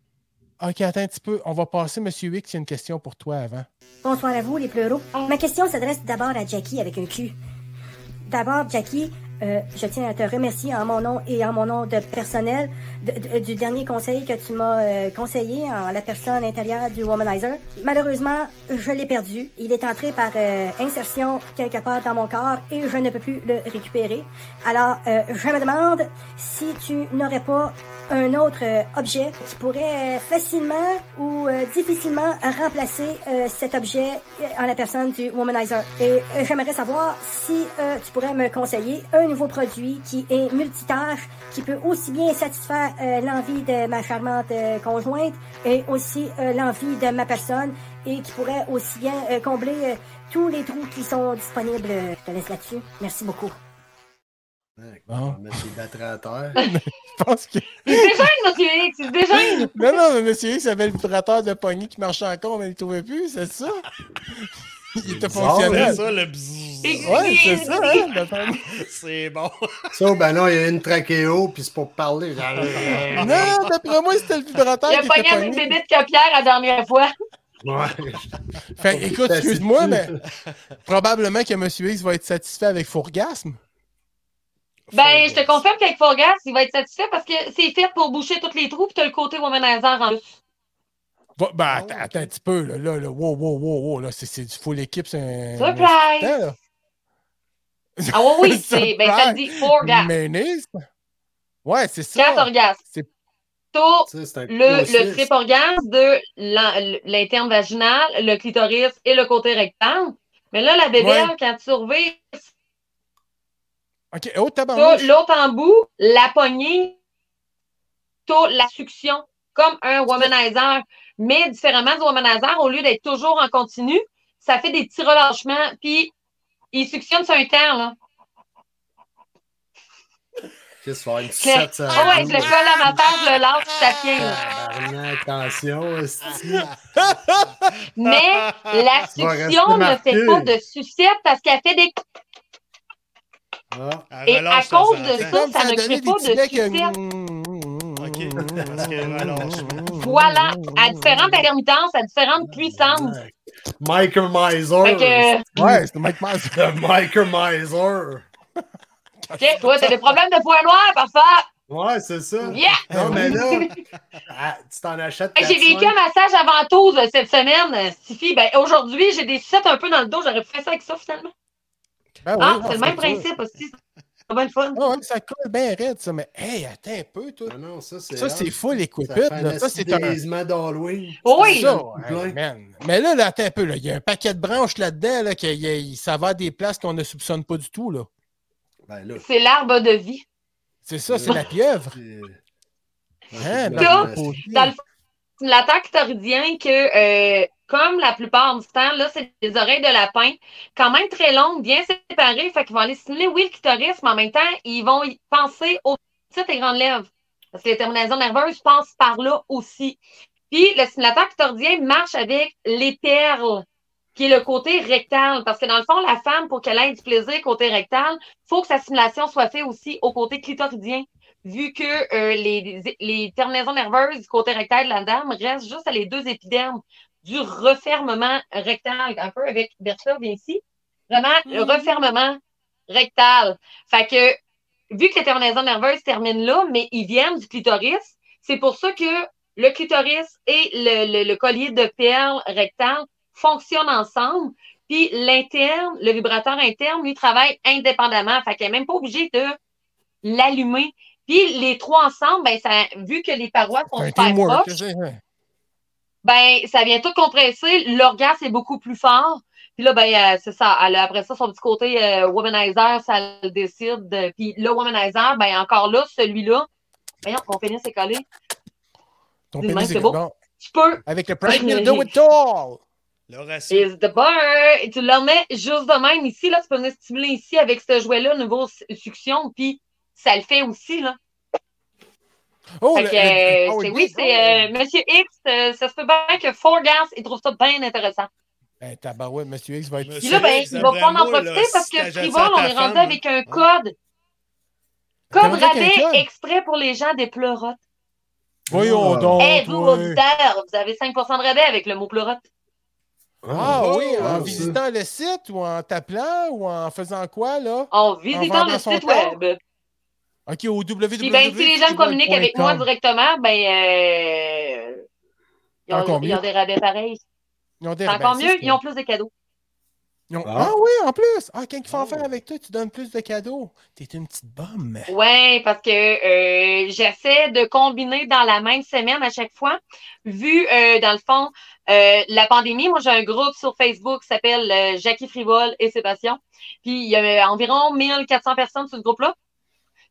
C: OK, attends un petit peu. On va passer, Monsieur Wick, qui a une question pour toi avant.
F: Bonsoir à vous, les pleureaux. Ma question s'adresse d'abord à Jackie avec un Q. D'abord, Jackie, euh, je tiens à te remercier en mon nom et en mon nom de personnel de- de- du dernier conseil que tu m'as euh, conseillé en la personne intérieure du Womanizer. Malheureusement, je l'ai perdu. Il est entré par euh, insertion quelque part dans mon corps et je ne peux plus le récupérer. Alors, euh, je me demande si tu n'aurais pas un autre euh, objet qui pourrait euh, facilement ou euh, difficilement remplacer euh, cet objet euh, en la personne du Womanizer. Et euh, j'aimerais savoir si euh, tu pourrais me conseiller un nouveau produit qui est multitâche, qui peut aussi bien satisfaire euh, l'envie de ma charmante euh, conjointe et aussi euh, l'envie de ma personne et qui pourrait aussi bien euh, combler euh, tous les trous qui sont disponibles. Je te laisse là-dessus. Merci beaucoup.
C: Bon.
B: On va mettre les batteries à terre.
C: Je pense que.
G: Il se déjeune, monsieur X. Il se déjeune.
C: Non, non, mais Monsieur X avait le vibrateur de poignée qui marchait encore, mais il ne le trouvait plus, c'est ça? Il était
B: bizarre,
C: fonctionnel.
D: C'est ça, le bzzz.
G: Et-
C: Ouais, c'est ça, hein? le poignet.
D: C'est bon.
B: Ça, ben non, il y a une trachéo, puis c'est pour parler.
C: Non, d'après moi, c'était le vibrateur
G: Il a
C: qui était
G: pogné avec
C: pogné.
G: ses bébés de copière la dernière fois.
B: Ouais.
C: Fait, écoute, excuse-moi, mais probablement que Monsieur X va être satisfait avec fourgasme.
G: Ben, je te confirme qu'avec four gas, il va être satisfait parce que c'est fait pour boucher tous les trous, puis t'as le côté womanizer en plus.
C: Va- ben, attends, attends un petit peu, là, là, là, wow, wow, wow, wow, là, c'est- c'est du full équipe, c'est un...
G: Surprise!
C: un assistant,
G: Ah oui, oui, c'est. Ben, ça te dit four
C: là.
G: gas.
C: Ménisque. Ouais, c'est
G: Quatre
C: ça.
G: orgasmes.
C: C'est-
G: Tout
B: Ça, c'est un
G: le, le
B: processus.
G: trip orgasme de l'en- l'interne vaginal, le clitoris et le côté rectangle. Mais là, la bébelle, quand tu surveilles
C: OK, oh,
G: ça,
C: tabarnouche.
G: l'autre en bout, la poignée, tout la succión, comme un womanizer. Mais différemment du womanizer, au lieu d'être toujours en continu, ça fait des petits relâchements, puis il suctionne sur un temps, là.
B: Qu'est-ce qu'on va faire, une
G: Je-
B: sucette, ça
G: Ah ouais, je le
B: roule.
G: colle à ma table, je le lâche, puis ça tient, là.
B: Ah. Tabarnak, Attention, esti.
G: Mais la
B: Ah, Tu vas rester
G: succion ne
B: marqué.
G: fait pas de sucette parce qu'elle fait des
B: Ah,
G: Et à cause de
C: C'est
G: ça,
C: comme
G: ça
C: ça
G: ne crée
C: donnait des
G: pas de
C: petits becs, euh,
G: sucettes.
D: Ok, parce que relâchement.
G: Voilà,
C: Mmh,
G: à différentes intermittences, à différentes
B: Ah.
G: puissances.
B: Michael
G: Fait que,
B: Miser.
C: Ouais, c'est Mike Myers.
B: Le Michael Miser.
G: OK, toi, t'as des problèmes de poids noir, parfois.
B: Ouais, c'est ça.
G: Yeah!
B: Non, mais là, ah, tu t'en achètes.
G: Hey, J'ai
B: quatre,
G: vécu un
B: cinq.
G: massage à ventouse euh, cette semaine, euh, Stiffy. Ben, aujourd'hui, j'ai des sucettes un peu dans le dos. J'aurais pu faire ça avec ça, finalement.
C: Ben ouais,
G: Ah,
C: non,
G: c'est le même
C: ça.
G: principe aussi. C'est pas le fun.
C: Ah ouais, ça colle bien raide, ça. Mais, hey, attends un peu, toi.
B: Non, Ah non, ça, c'est.
C: Ça, c'est
B: hot.
C: full
B: Ça
C: equipment,
B: fait un
C: là. Ça,
B: esti
C: c'est un...
B: déguisement d'Halloween.
G: Oh Oui!
C: Ça,
B: Plein.
C: hey, man. Mais là, là, attends un peu, là. Il y a un paquet de branches là-dedans, là, qu'il y a- il- ça va à des places qu'on ne soupçonne pas du tout, là.
B: Ben là.
G: C'est l'arbre de vie.
C: C'est ça, c'est la pieuvre.
B: c'est-
C: Hein,
B: Ouais,
G: Ça,
C: la pauvre fille.
G: Dans le fond, c'est l'attaque clitoridien que, euh, comme la plupart du temps, là, c'est des oreilles de lapin, quand même très longues, bien séparées. Fait qu'ils vont aller stimuler, oui, le clitoris, mais en même temps, ils vont y penser aux petites et grandes lèvres. Parce que les terminaisons nerveuses passent par là aussi. Puis, le stimulateur clitoridien marche avec les perles, qui est le côté rectal. Parce que, dans le fond, la femme, pour qu'elle ait du plaisir côté rectal, faut que sa stimulation soit faite aussi au côté clitoridien vu que euh, les, les terminaisons nerveuses du côté rectal de la dame restent juste à les deux épidermes du refermement rectal, un peu avec Bertha bien ici. Vraiment, le refermement rectal. Fait que, vu que les terminaisons nerveuses terminent là, mais ils viennent du clitoris, c'est pour ça que le clitoris et le, le- le collier de perles rectales fonctionnent ensemble. Puis l'interne, le vibrateur interne, lui, travaille indépendamment. Fait qu'elle n'est même pas obligée de l'allumer. Puis les trois ensemble, ben, ça, vu que les parois sont
C: Un
G: super
C: teamwork. hein.
G: proches,
C: c'est ça.
G: ben, ça vient tout compresser. L'orgasme est beaucoup plus fort. Puis là, ben, euh, c'est ça. Elle a- après ça, son petit côté euh, womanizer, ça le décide. de- Puis le womanizer, ben, encore là, celui-là, voyons, mon pénis est collé.
C: Ton
G: Dis
C: pénis,
G: même,
C: c'est
G: c'est beau.
C: bon.
G: Tu peux.
C: Avec le
G: Ouais,
C: Pregnant
G: mais-
C: Do It All.
D: Le ratio.
G: Is the bar. Et tu le remets juste de même ici, là. Tu peux venir stimuler ici avec ce jouet-là, niveau su- succion. Puis ça le fait aussi, là.
C: Oh,
G: Fait
C: le-
G: que,
C: le-
G: euh,
C: oh,
G: c'est-
C: le-
G: oui, c'est euh, Monsieur X. euh, ça se peut bien que Fourgas, il trouve ça bien intéressant.
C: Ben, tabarouette, Monsieur X va être.
D: Monsieur-
G: Puis là, ben,
D: X,
G: il va
D: d'après
G: pouvoir en
D: moi, là,
G: profiter parce
D: si
G: que
D: t'ajoutes
G: Frivol,
D: ça à
G: on
D: ta
G: est
D: femme,
G: rendu avec un code.
C: Comment
G: Code
C: dire quel code?
G: rabais exprès pour les gens des pleurotes.
C: Voyons
B: Ah.
C: donc.
G: Eh, vous,
C: Oh, toi.
G: auditeurs, vous avez 5 de rabais avec le mot pleurote.
C: Ah
B: Oh,
C: oui, en
B: ça.
C: visitant le site ou en t'appelant ou en faisant quoi, là?
G: En visitant
C: vendant
G: Oh, le
C: son
G: site
C: code.
G: web.
C: OK, au
G: Puis, ben, si les gens communiquent avec moi directement, ben, euh, ils,
C: Encore
G: ont, ils ont
C: mieux.
G: des rabais pareils.
C: Ils ont des-
G: C'est
C: ben,
G: encore
C: c'est
G: mieux,
C: ce
G: ils ont plus de cadeaux.
C: qu'ils ont-
B: Ah.
C: Ah oui, en plus! Ah, quelqu'un qui fait
D: Oh.
C: affaire avec toi, tu donnes plus de cadeaux. T'es une petite bombe.
G: Ouais, parce que euh, j'essaie de combiner dans la même semaine à chaque fois. Vu, euh, dans le fond, euh, la pandémie, moi, j'ai un groupe sur Facebook qui s'appelle euh, Jackie Frivol et Sébastien. Puis, il y a euh, environ 1400 personnes sur ce groupe-là.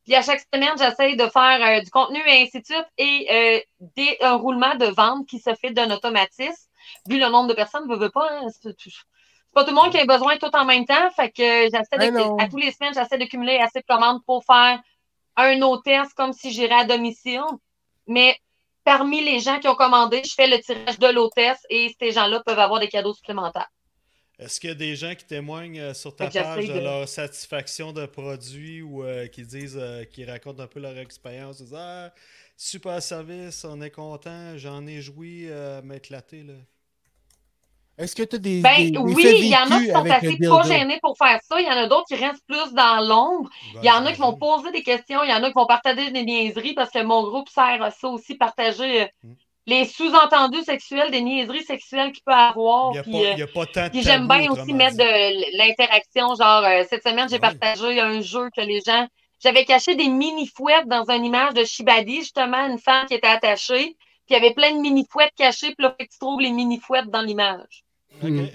G: Puis, à chaque semaine, j'essaie de faire euh, du contenu et ainsi de suite et euh, des, un roulement de vente qui se fait d'un automatisme. Vu le nombre de personnes, ne veut pas. hein, c'est c'est pas tout le monde qui a besoin tout en même temps. Fait que j'essaie
C: Ben non.
G: de, à tous les semaines, j'essaie de cumuler assez de commandes pour faire un hôtesse comme si j'irais à domicile. Mais parmi les gens qui ont commandé, je fais le tirage de l'hôtesse et ces gens-là peuvent avoir des cadeaux supplémentaires.
D: Est-ce qu'il y a des gens qui témoignent euh, sur ta
G: Fait que
D: page
G: j'essaie
D: de
G: de-
D: leur satisfaction de produits ou euh, qui disent, euh, qui racontent un peu leur expérience? Ils disent, ah, super service, on est content, j'en ai joui, euh, m'éclater. Là.
C: Est-ce que t'as des.
G: Ben
C: des- des
G: oui,
C: faits
G: il y en a qui
C: vécus
G: sont
C: avec le
G: assez
C: dildo?
G: pas gênés pour faire ça. Il y en a d'autres qui restent plus dans l'ombre.
C: Ben,
D: Ben,
G: Il y en a qui vont poser des questions. Il y en a qui vont partager des niaiseries parce que mon groupe sert à ça aussi, partager euh,
D: Mm.
G: les sous-entendus sexuels, des niaiseries sexuelles qu'il peut avoir.
D: Il n'y a,
G: puis,
D: pas-
G: euh,
D: il y a pas tant de
G: Puis j'aime
D: tabous,
G: bien
D: autrement
G: aussi mettre
D: dit.
G: de l'interaction. Genre, euh, cette semaine, j'ai
D: Ouais.
G: partagé un jeu que les gens. J'avais caché des mini-fouettes dans une image de Shibadi, justement, une femme qui était attachée. Puis il y avait plein de mini-fouettes cachées. Puis là, fait que tu trouves les mini-fouettes dans l'image.
C: Hmm.
D: Ok.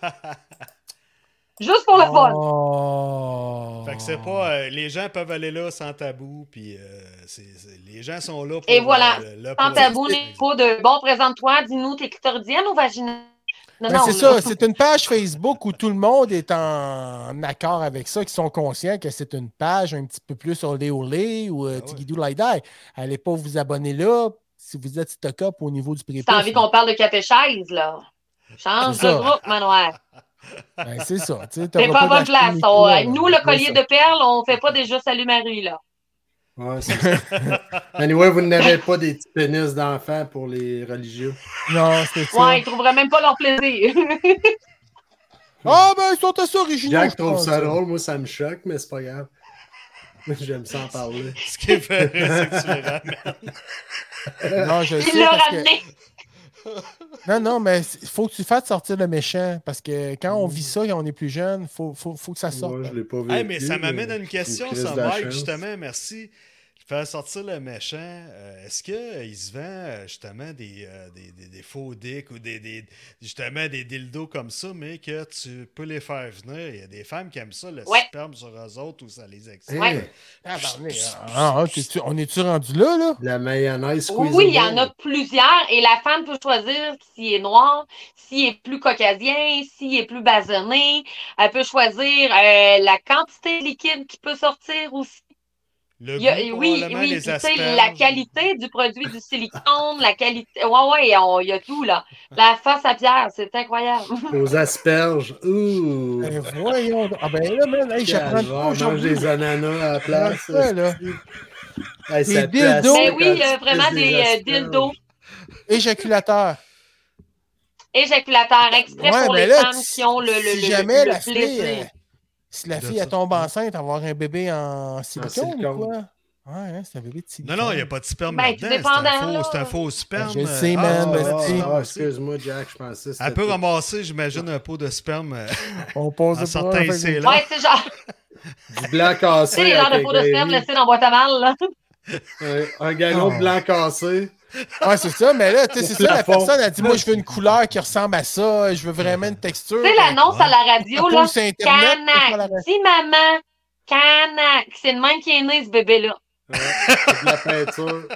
G: Juste pour le fun.
C: Oh.
D: fait que c'est pas. euh, les gens peuvent aller là sans tabou, puis euh, c'est- c'est- les gens sont là pour.
G: Et voilà,
D: euh, le
G: Sans
D: produit.
G: tabou, n'est pas de bon, présente-toi, dis-nous, t'es clitoridienne ou vaginale? Non,
C: Ben, c'est
G: là.
C: ça, c'est une page Facebook où tout le monde est en accord avec ça, qui sont conscients que c'est une page un petit peu plus olé olé ou euh,
B: Ben
D: Ah ouais.
C: tigidou laïdaï. Allez pas vous abonner là si vous êtes stock-up au niveau du prix.
G: Si t'as envie qu'on parle de catéchèse, là. Change
C: C'est
G: de
C: ça.
G: groupe, Manoir.
C: Ben, c'est ça. tu sais,
G: T'es
C: t'auras
G: pas à
C: d'acheter
G: bonne place.
C: ni
G: on-
C: quoi, là.
G: nous, le collier
C: C'est
G: de perles, on fait pas des jeux salut Marie, là.
B: Ouais, c'est ça. anyway, vous n'avez pas des petits pénis d'enfants pour les religieux.
C: ça. Non, c'est ça.
G: Ouais, ils trouveraient même pas leur plaisir.
C: Ah, ben, ils sont assez originaux.
B: Jack
C: je
B: trouve
C: pense.
B: ça drôle, moi ça me choque, mais c'est pas grave. J'aime ça en parler.
D: Ce qui est vrai, c'est que tu les ramènes.
B: hein.
C: Non, je sais,
G: Il l'a
C: parce que-
G: ramené.
C: Non, non, mais il faut que tu fasses sortir le méchant parce que quand on vit ça et on est plus jeune, il faut, faut, faut que ça sorte.
B: Moi, je l'ai pas vu.
D: Hey, mais ça m'amène
C: euh,
D: à une question,
B: crise
D: ça,
B: de la
D: Mike,
B: chance.
D: justement, merci. Faire sortir le méchant, euh, est-ce qu'il se vend euh, justement des, euh, des, des- des faux dicks ou des, des- justement des dildos comme ça, mais que tu peux les faire venir? Il y a des femmes qui aiment ça, le
G: Ouais.
D: sperme sur eux autres ou ça les excite.
G: Ouais.
C: Tabarnak. Ah, ah, t'es-tu- on est-tu rendu là, là?
B: La mayonnaise squeezable.
G: Oui, il y en a plusieurs et la femme peut choisir s'il est noir, s'il est plus caucasien, s'il est plus basané. Elle peut choisir euh, la quantité de liquide qui peut sortir aussi.
D: Le
G: Il y a-
D: goût,
G: oui,
D: probablement,
G: oui,
D: les
G: puis, tu sais,
D: asperges.
G: la qualité du produit du silicone, la qualité. Ouais, ouais, on- il y a tout, là. La face à pierre, c'est incroyable.
B: Aux asperges. Ouh.
C: Ben voyons. donc. Ah ben là, man, hey, j'apprends
B: Calvaire,
C: pas
B: mange
C: aujourd'hui.
B: des ananas à la
C: J'apprends
B: place.
C: ça, là.
B: Hey, ça
C: Des
B: pue à
C: dildos.
B: sec
G: Ben oui,
B: quand
G: euh,
B: tu
G: vraiment
B: pisses
G: des euh,
B: asperges.
G: dildos.
C: Éjaculateur.
G: éjaculateur exprès
C: Ouais,
G: pour
C: mais
G: les
C: là,
G: femmes
C: si-
G: qui ont le, le,
C: si
G: le-
C: jamais
G: le
C: la fille,
G: plaisir.
C: euh, Si la
D: De
C: fille elle
D: ça.
C: tombe enceinte, avoir un bébé en silicone,
B: silicone.
C: ou quoi? Ouais, hein, c'est un bébé de silicone.
D: Non, non, il n'y a pas de sperme
G: Ben, tout
D: là-dedans. C'est
G: dépendant,
D: un,
G: là.
D: faux- c'est un faux sperme.
C: Ben, Je sais, man,
B: Ah,
C: mais
B: ah,
D: c'est un
C: c'est-
D: sperme
B: ah,
D: aussi.
B: excuse-moi, Jack, je pensais. que
D: Elle
B: c'était-
D: peut ramasser, j'imagine, un pot de sperme euh,
C: On pose
D: à
C: le bras,
D: certains
C: fait que-
D: c'est
G: Ouais, c'est genre,
B: Du blanc
G: tu
B: cassé.
G: sais, les genres de
B: avec
G: pots de
B: un
G: sperme
B: gravy.
G: laissés dans la boîte à mal, là.
B: Ouais, Un galon
C: Oh.
B: de blanc cassé.
C: Ouais, c'est ça, mais là, tu sais, c'est ça, la
B: Plafond.
C: personne a dit Moi, je veux une couleur qui ressemble à ça, je veux vraiment une texture.
G: Tu sais, l'annonce à la radio, là.
C: Pose sur Internet, c'est pas la
G: Canac. Si maman, Canac. C'est le même qui est né, ce bébé-là.
B: Ouais, de la peinture.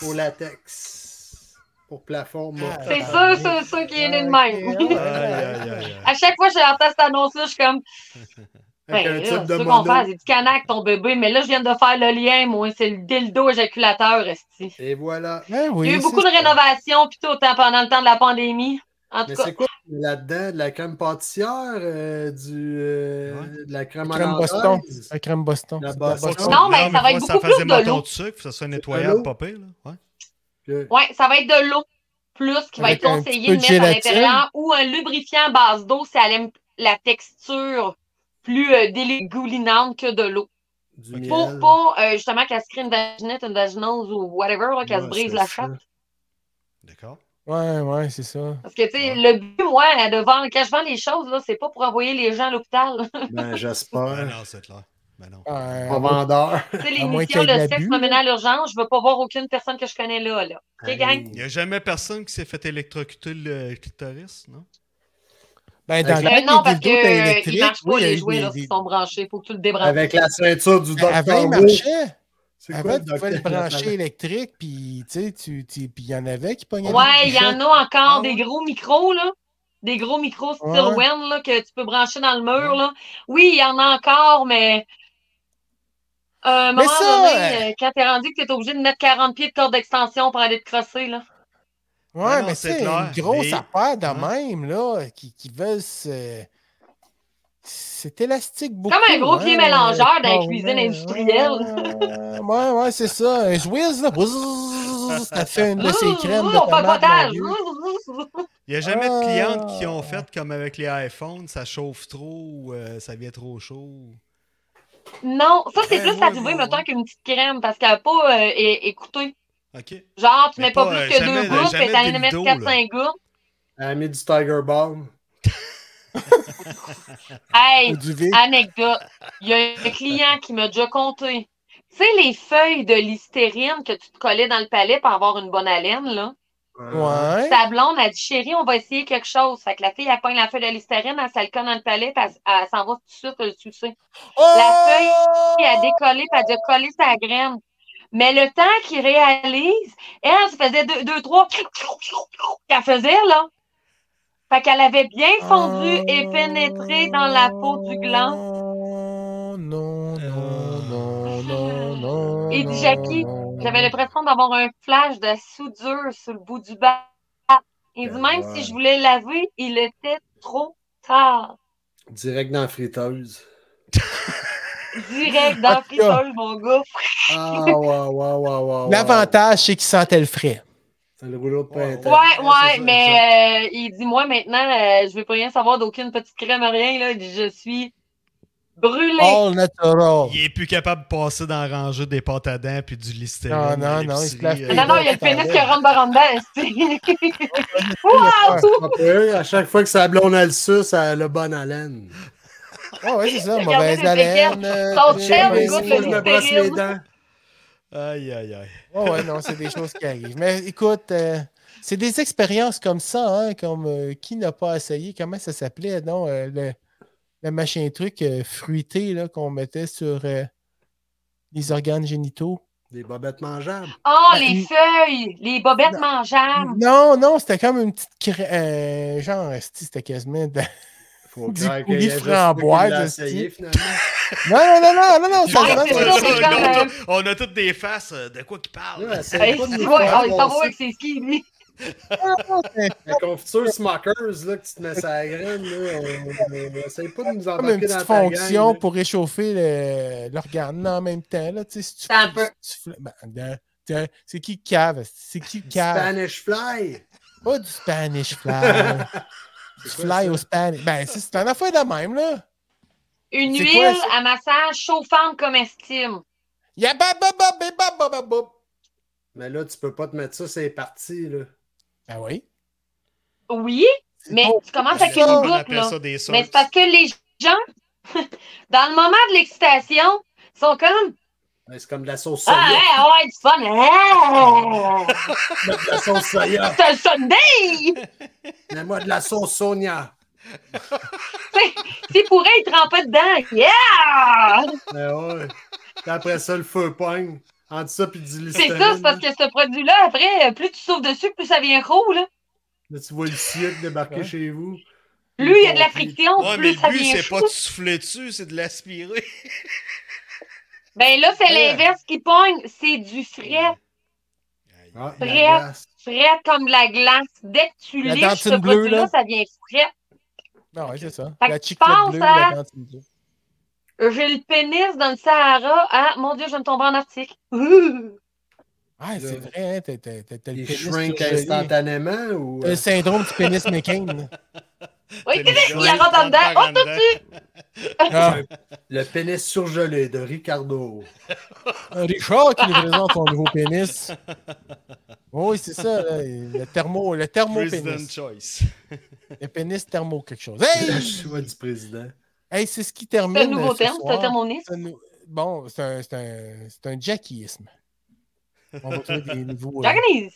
B: Pour latex. Pour plafond. moi.
G: C'est
B: Ah,
G: sûr, sûr, sûr qui est né de
C: Ah,
G: même.
D: Aïe, aïe, aïe, aïe.
G: À chaque fois que j'entends cette annonce-là, je suis comme,
B: Avec un
G: ben, là,
B: type
G: c'est
B: de
G: ce qu'on
B: mono.
G: fait, c'est du canac, ton bébé. Mais là, je viens de faire le lien, moi, c'est le dildo éjaculateur, esti.
B: Et voilà.
C: Ouais, Ben oui,
G: Il y a eu
C: c'est-
G: beaucoup de rénovations, puis tout, hein, pendant le temps de la pandémie. En tout
B: Mais
G: cas,
B: c'est quoi là-dedans? De la crème pâtissière? euh, du, euh, De la crème,
C: Crème
B: hollandaise?
C: Boston. Un crème Boston.
B: La
C: c'est
B: Boston.
C: de la Boston.
G: Non, mais ça va
D: faut
G: être
D: que
G: beaucoup
D: fasse des
G: plus de
D: mentons
G: l'eau.
D: de sucre, faut que ça soit
B: l'eau.
D: nettoyable, pas pire. Là. Ouais.
B: Que-
G: ouais, ça va être de l'eau plus qui va
C: Avec
G: être
C: un
G: conseillé de
C: petit peu de
G: mettre à
C: gélatine.
G: l'intérieur ou un lubrifiant à base d'eau si elle aime la texture plus euh, dégoulinante que de l'eau.
B: Du
D: Pour-
B: miel.
G: Pour pas euh, justement qu'elle se crée une vaginette, une vaginose ou whatever, là, qu'elle
B: Ouais,
G: se brise
B: c'est
G: la
B: ça.
G: chatte.
D: D'accord.
C: Ouais, ouais, c'est ça.
G: Parce que, tu sais, le but, moi, là, de vendre, quand je vends les choses, là, c'est pas pour envoyer les gens à l'hôpital.
B: Ben,
D: Ben
B: j'espère.
D: non, c'est clair. Ben non.
C: Ouais.
B: Pas vendeur.
G: tu sais,
C: À moins
G: l'émission
C: qu'il y ait de
G: Le
C: l'abus,
G: sexe
C: là.
G: promenant à l'urgence, je veux pas voir aucune personne que je connais là. là. OK, gang?
D: Il n'y a jamais personne qui s'est fait électrocuter le clitoris, non?
C: Ben, dans
B: Avec
C: le
G: Euh,
C: temps
G: non,
C: des
G: parce que
C: dildos, t'as
G: euh,
C: électrique,
G: ils marchent pas
C: oui, il y a
G: les
C: eu
G: jouets
C: des-
G: lorsqu'ils
C: des- Ben,
G: sont branchés. Faut que tu le débranches.
B: Avec la ceinture du docteur.
C: Avant, il marchait.
B: C'est
C: Avant,
B: quoi,
C: tu pouvais le
B: Dr.
C: brancher électrique, puis tu sais, tu- tu- puis il y en avait qui pognaient.
G: Ouais, il y en a encore
C: Ah ouais. Ah
G: des gros micros, là. Des gros micros style
C: Ouais.
G: Wen, là, que tu peux brancher dans le mur, là. Oui, il y en a encore, mais. Euh, à un
C: Mais
G: moment
C: ça,
G: donné, euh, quand t'es rendu que t'es obligé de mettre 40 pieds de corde d'extension pour aller te crosser, là.
C: Ouais,
D: Non,
C: mais
D: c'est
C: c'est une
D: clair,
C: grosse
D: mais-
C: affaire de
D: Ouais.
C: même, là, qui, qui veulent se. C'est élastique beaucoup.
G: Comme un gros
C: hein,
G: pied mélangeur
C: ah
G: dans les
C: ouais,
G: cuisines
C: ouais,
G: industrielles.
C: ouais, Ouais, ouais, c'est ça. Un Swiss, là, bzzz, ça fait une de ces
G: Ouh,
C: crèmes
G: ouh,
C: de
G: on fait
C: tomate,
G: potage.
C: mon Dieu.
G: Ouh, ouh, ouh.
D: Il n'y a jamais de clientes qui ont
C: Ah.
D: fait comme avec les iPhones, ça chauffe trop, ou, euh, ça vient trop chaud.
G: Non, ça, c'est
D: Eh,
G: plus
D: ouais,
G: arrivé,
D: ouais,
G: mettons,
D: ouais.
G: qu'une petite crème, parce qu'elle n'a pas euh, é- écouté.
D: OK.
G: Genre, tu
D: Mais
G: mets pas,
D: pas, euh,
G: plus que
D: jamais-
G: deux gouttes,
D: jamais
G: puis t'as allé
D: des
G: mettre
D: lidos,
G: 4-5 gouttes.
B: Elle a mis du Tiger Balm.
G: Hey,
C: Ou du vide.
G: Anecdote. Il y a un client qui m'a déjà compté. Tu sais, les feuilles de listérine que tu te collais dans le palais pour avoir une bonne haleine, là.
B: Euh,
C: Ouais.
G: Ta blonde a dit, chérie, on va essayer quelque chose. Fait que la fille, elle pogne la feuille de listérine, elle se la colle dans le palais, puis elle, elle s'en va tout de suite le sucer. feuille
C: Oh!
G: Puis elle a décollé, puis elle a collé sa graine. Mais le temps qu'il réalise, elle, elle se faisait deux, deux trois, qu'elle faisait, là. Fait qu'elle avait bien
C: Oh.
G: fondu et pénétré dans la peau du gland.
C: Non, non, non, non, non, non.
G: Euh. Et dit
C: non,
G: Jackie,
C: non,
G: J'avais
C: non.
G: l'impression d'avoir un flash de soudure sur le bout du bas. Il
B: Ben
G: dit même
B: ouais.
G: si je voulais laver, il était trop tard.
B: Direct dans la friteuse.
G: Direct dans le fritole, mon gars.
B: Ah, ouais, ouais, ouais, ouais, ouais.
C: L'avantage, c'est qu'il sentait le frais.
B: C'est le rouleau de
D: Ouais,
B: printemps.
G: Ouais,
D: Ouais, c'est
G: ouais,
D: ça,
G: mais euh, il dit moi maintenant, euh, je veux plus rien savoir d'aucune petite crème, rien. Là. Il dit, Je suis brûlée.
C: All natural.
D: Il est plus capable de passer dans la rangée des pâtes à dents puis du listerine.
C: Non, non,
D: à
C: non, il se lave
D: l'épicerie, euh,
C: pas.
G: non, non, il y a le pénis qui rentre dans dedans.
C: Ah,
B: Ouais, à chaque fois que sa blonde a le sus, ça a le bonne haleine.
C: Ah ouais, c'est ça,
G: Regardez
C: mauvaise
G: les
C: haleine.
G: Son
C: euh,
G: chien,
C: ouais,
G: il goûte
B: si,
G: le
B: moi, je me brosse les
G: listerine.
B: dents.
D: Aïe, aïe, aïe.
C: Ah ouais, ouais, non, c'est des choses qui arrivent. Mais écoute, euh, c'est des expériences comme ça, hein, comme euh, qui n'a pas essayé, comment ça s'appelait, non, euh, le, le machin truc euh, fruité là, qu'on mettait sur euh, les organes génitaux.
B: Des bobettes mangeables.
G: Oh,
C: Ben,
G: les
C: il-
G: feuilles, les bobettes
C: Non.
G: mangeables.
C: Non, non, c'était comme une petite crème. genre, esti, c'était quasiment. de-
B: Faut
C: Du
B: croire qu'il
C: coulis
B: y a juste
C: framboise,
B: lui qui l'a
C: aussi.
B: essayé, finalement.
C: Non, non, non, non, non, non, ça
G: Ouais,
C: vraiment-
G: c'est ça, c'est
D: on, a,
G: comme,
D: on a toutes des faces euh, de quoi qui parle.
B: Là, elle sait
G: Hey,
B: pas de
G: tu
B: nous
G: vois,
B: faire
G: oh, il s'en va
B: brasser.
G: avec ses skis, lui.
B: La confiture Smuckers, là, que tu te mets sa graine, là, on, on essaye pas de
C: comme
B: nous
C: une
B: embarquer
C: petite
B: dans ta
C: fonction
B: gang,
C: pour réchauffer le- l'organe en même temps. Là, tu sais, si tu,
G: Attends un peu.
C: si tu fla- ben, de- de- c'est qui qui cave? C'est qui qui
B: là.
C: cave?
B: Spanish Fly!
C: Pas du Spanish fly. du fly au Spanish. Ben, c'est c'est une affaire de même, là.
G: Une
C: C'est
G: huile
C: quoi, ça?
G: à massage chauffante comestible.
C: Ya ba ba ba ba ba ba ba ba.
B: Mais là, tu peux pas te mettre ça, c'est parti. Là.
C: Ben oui.
G: Oui, mais
C: bon.
G: tu commences avec une
C: Ça, on
G: boucle,
H: appelle
G: là.
H: ça des
G: Mais
H: sauces.
G: c'est parce que les gens, dans le moment de l'excitation, sont comme
B: Ben, c'est comme de la sauce
G: Ah,
B: soya.
G: ouais, ouais, du fun. Ah,
B: de la sauce soya.
G: c'est un Sunday!
B: Mets-moi de la sauce sonia.
G: C'est pour être trempé dedans. Yeah!
B: Ben ouais. Puis après ça, le feu pogne. Entre ça puis du
G: C'est ça, c'est parce que ce produit-là, après, plus tu souffles dessus, plus ça vient roux, là.
B: Là, tu vois le sucre débarquer
C: Ouais.
B: chez vous.
G: Plus il y a de la friction,
H: Ouais, mais
G: plus ça
H: le but,
G: vient
H: c'est
G: chaud.
H: pas de souffler dessus, c'est de l'aspirer.
G: Ben là,
H: Hein?
G: c'est
C: Ouais.
G: l'inverse qui pogne. C'est du frais,
B: Ah,
G: Prêt.
B: la glace.
G: frais comme de la glace. Dès que tu
C: La
G: liches ce
C: dentine bleue,
G: produit-là,
C: là.
G: ça vient frais.
C: Ben oui, c'est ça.
G: Fait
C: la
G: que tu
C: chiclette
G: penses
C: bleue,
G: à-
C: la cantine bleue.
G: J'ai le pénis dans le Sahara. Ah, mon Dieu, je viens de tomber en Arctique. Ouh.
C: Ah, c'est
B: Là.
C: vrai, hein, t'as- t'as t'as- t'as le
B: Il
C: pénis
B: shrink
C: surgelé.
B: instantanément ou. euh,
C: T'as le Euh, syndrome du pénis McCain. là.
G: Oui,
H: T'as
G: c'est
H: les
G: ça, il
H: gens,
G: rentre en
H: ils rentrent
G: dedans.
H: en dedans.
G: Oh,
C: Ah,
B: Le pénis surgelé de Ricardo.
C: Euh, Richard qui nous présente son nouveau pénis. Oh Oui, c'est ça, là, le thermo, le thermo
H: President
C: pénis.
H: Choice.
C: Le pénis thermo quelque chose. Hey!
B: choix du président.
C: Hey, c'est ce qui
G: Oh, c'est
C: termine.
G: un nouveau
C: euh, ce
G: terme, c'est un
C: soir.
G: thermonisme.
C: C'est un nou- Bon, c'est un, c'est un, c'est un jackisme. On va trouver des nouveaux. euh,
G: Japanese.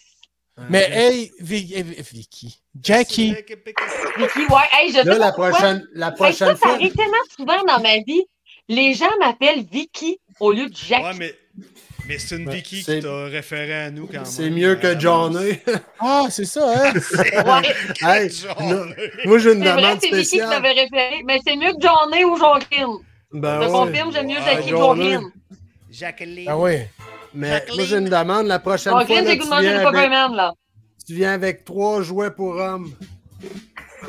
C: Mais hey, Vi- eh, Vi- Vicky. Jackie.
G: Vicky, ouais, hey, je sais
B: Là, la
G: pas pourquoi.
B: prochaine, la
G: Hey, ça,
B: prochaine
G: ça
B: fois.
G: arrive tellement souvent dans ma vie. Les gens m'appellent Vicky au lieu de Jackie.
H: Ouais, mais, mais c'est une
B: Ouais,
H: Vicky
B: Ben, c'est-
H: qui t'a référé à nous quand même.
B: C'est mieux que Johnny.
C: Ah, c'est ça, hein?
G: Ouais,
B: Hey, non.
H: Johnny.
B: Moi, j'ai une
G: c'est
B: demande
G: vrai, c'est Vicky qui
B: spéciale.
G: t'avait référé. Mais c'est mieux que Johnny ou Jonquin. Je
B: Ben
G: te
B: ouais.
G: confirme, j'aime mieux
H: Ouais,
G: Jackie que
B: Johnny.
G: Jonquin.
H: Jacqueline.
C: Ah oui.
B: Mais
H: Jacqueline.
B: moi, j'ai une demande la prochaine fois.
G: Jonquin,
B: là,
G: j'ai
B: tu,
G: goût de manger des
B: viens avec,
G: Pokémon, là.
B: tu viens avec trois jouets pour hommes.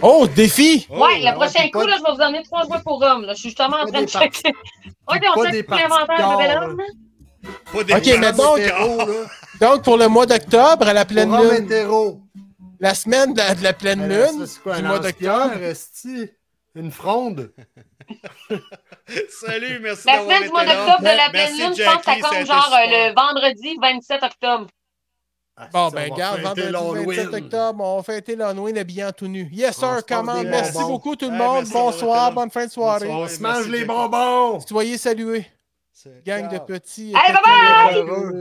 C: Oh, défi!
H: Oh,
G: Ouais, le
B: ouais,
G: prochain
B: puis
G: coup,
B: pas-
G: là, je vais vous emmener trois jouets pour hommes. Là. Je suis justement en
B: Pas
G: train de
B: des parties-
G: checker. Ok, on
B: pas
G: check
B: des
G: tout l'inventaire, ma
B: parties
G: belle
B: corps,
G: homme.
B: là.
H: Pas des
C: Ok,
H: gens
C: mais
H: hétéros,
C: donc-
B: Hétéro,
H: là.
B: là.
C: Donc, pour le mois d'octobre, à la
B: Pour
C: pleine
B: hommes
C: lune,
B: hétéro.
C: la semaine de la, de la pleine lune,
B: C'est quoi,
C: du
B: un
C: mois d'octobre,
B: lance-pierre, esti? Une fronde?
H: Salut, merci
G: La
H: d'avoir
G: semaine
H: été
G: du mois
H: là.
G: d'octobre de la
H: Merci,
G: pleine lune, je pense que ça
H: Jackie, a
G: compte
H: été
G: genre
H: super.
G: euh, le vendredi 27 octobre.
C: Bon,
B: Esti, on
C: ben,
B: va
C: garde,
B: fêter
C: vendredi 27
B: l'Halloween.
C: octobre, on va fêter l'Halloween habillé tout nu. Yes,
B: On
C: sir,
B: se porte
C: comment?
B: des
C: Merci
B: bonbons.
C: beaucoup tout le
H: Eh,
C: monde.
H: merci d'avoir été là.
C: Bonsoir, bonne fin de soirée.
H: Bonsoir.
B: On se mange
H: Merci,
B: les
H: Jack.
B: bonbons!
C: Soyez salués,
H: C'est-
C: gang de
H: Ciao.
C: petits.
G: Allez,
C: papillons.
B: bye-bye!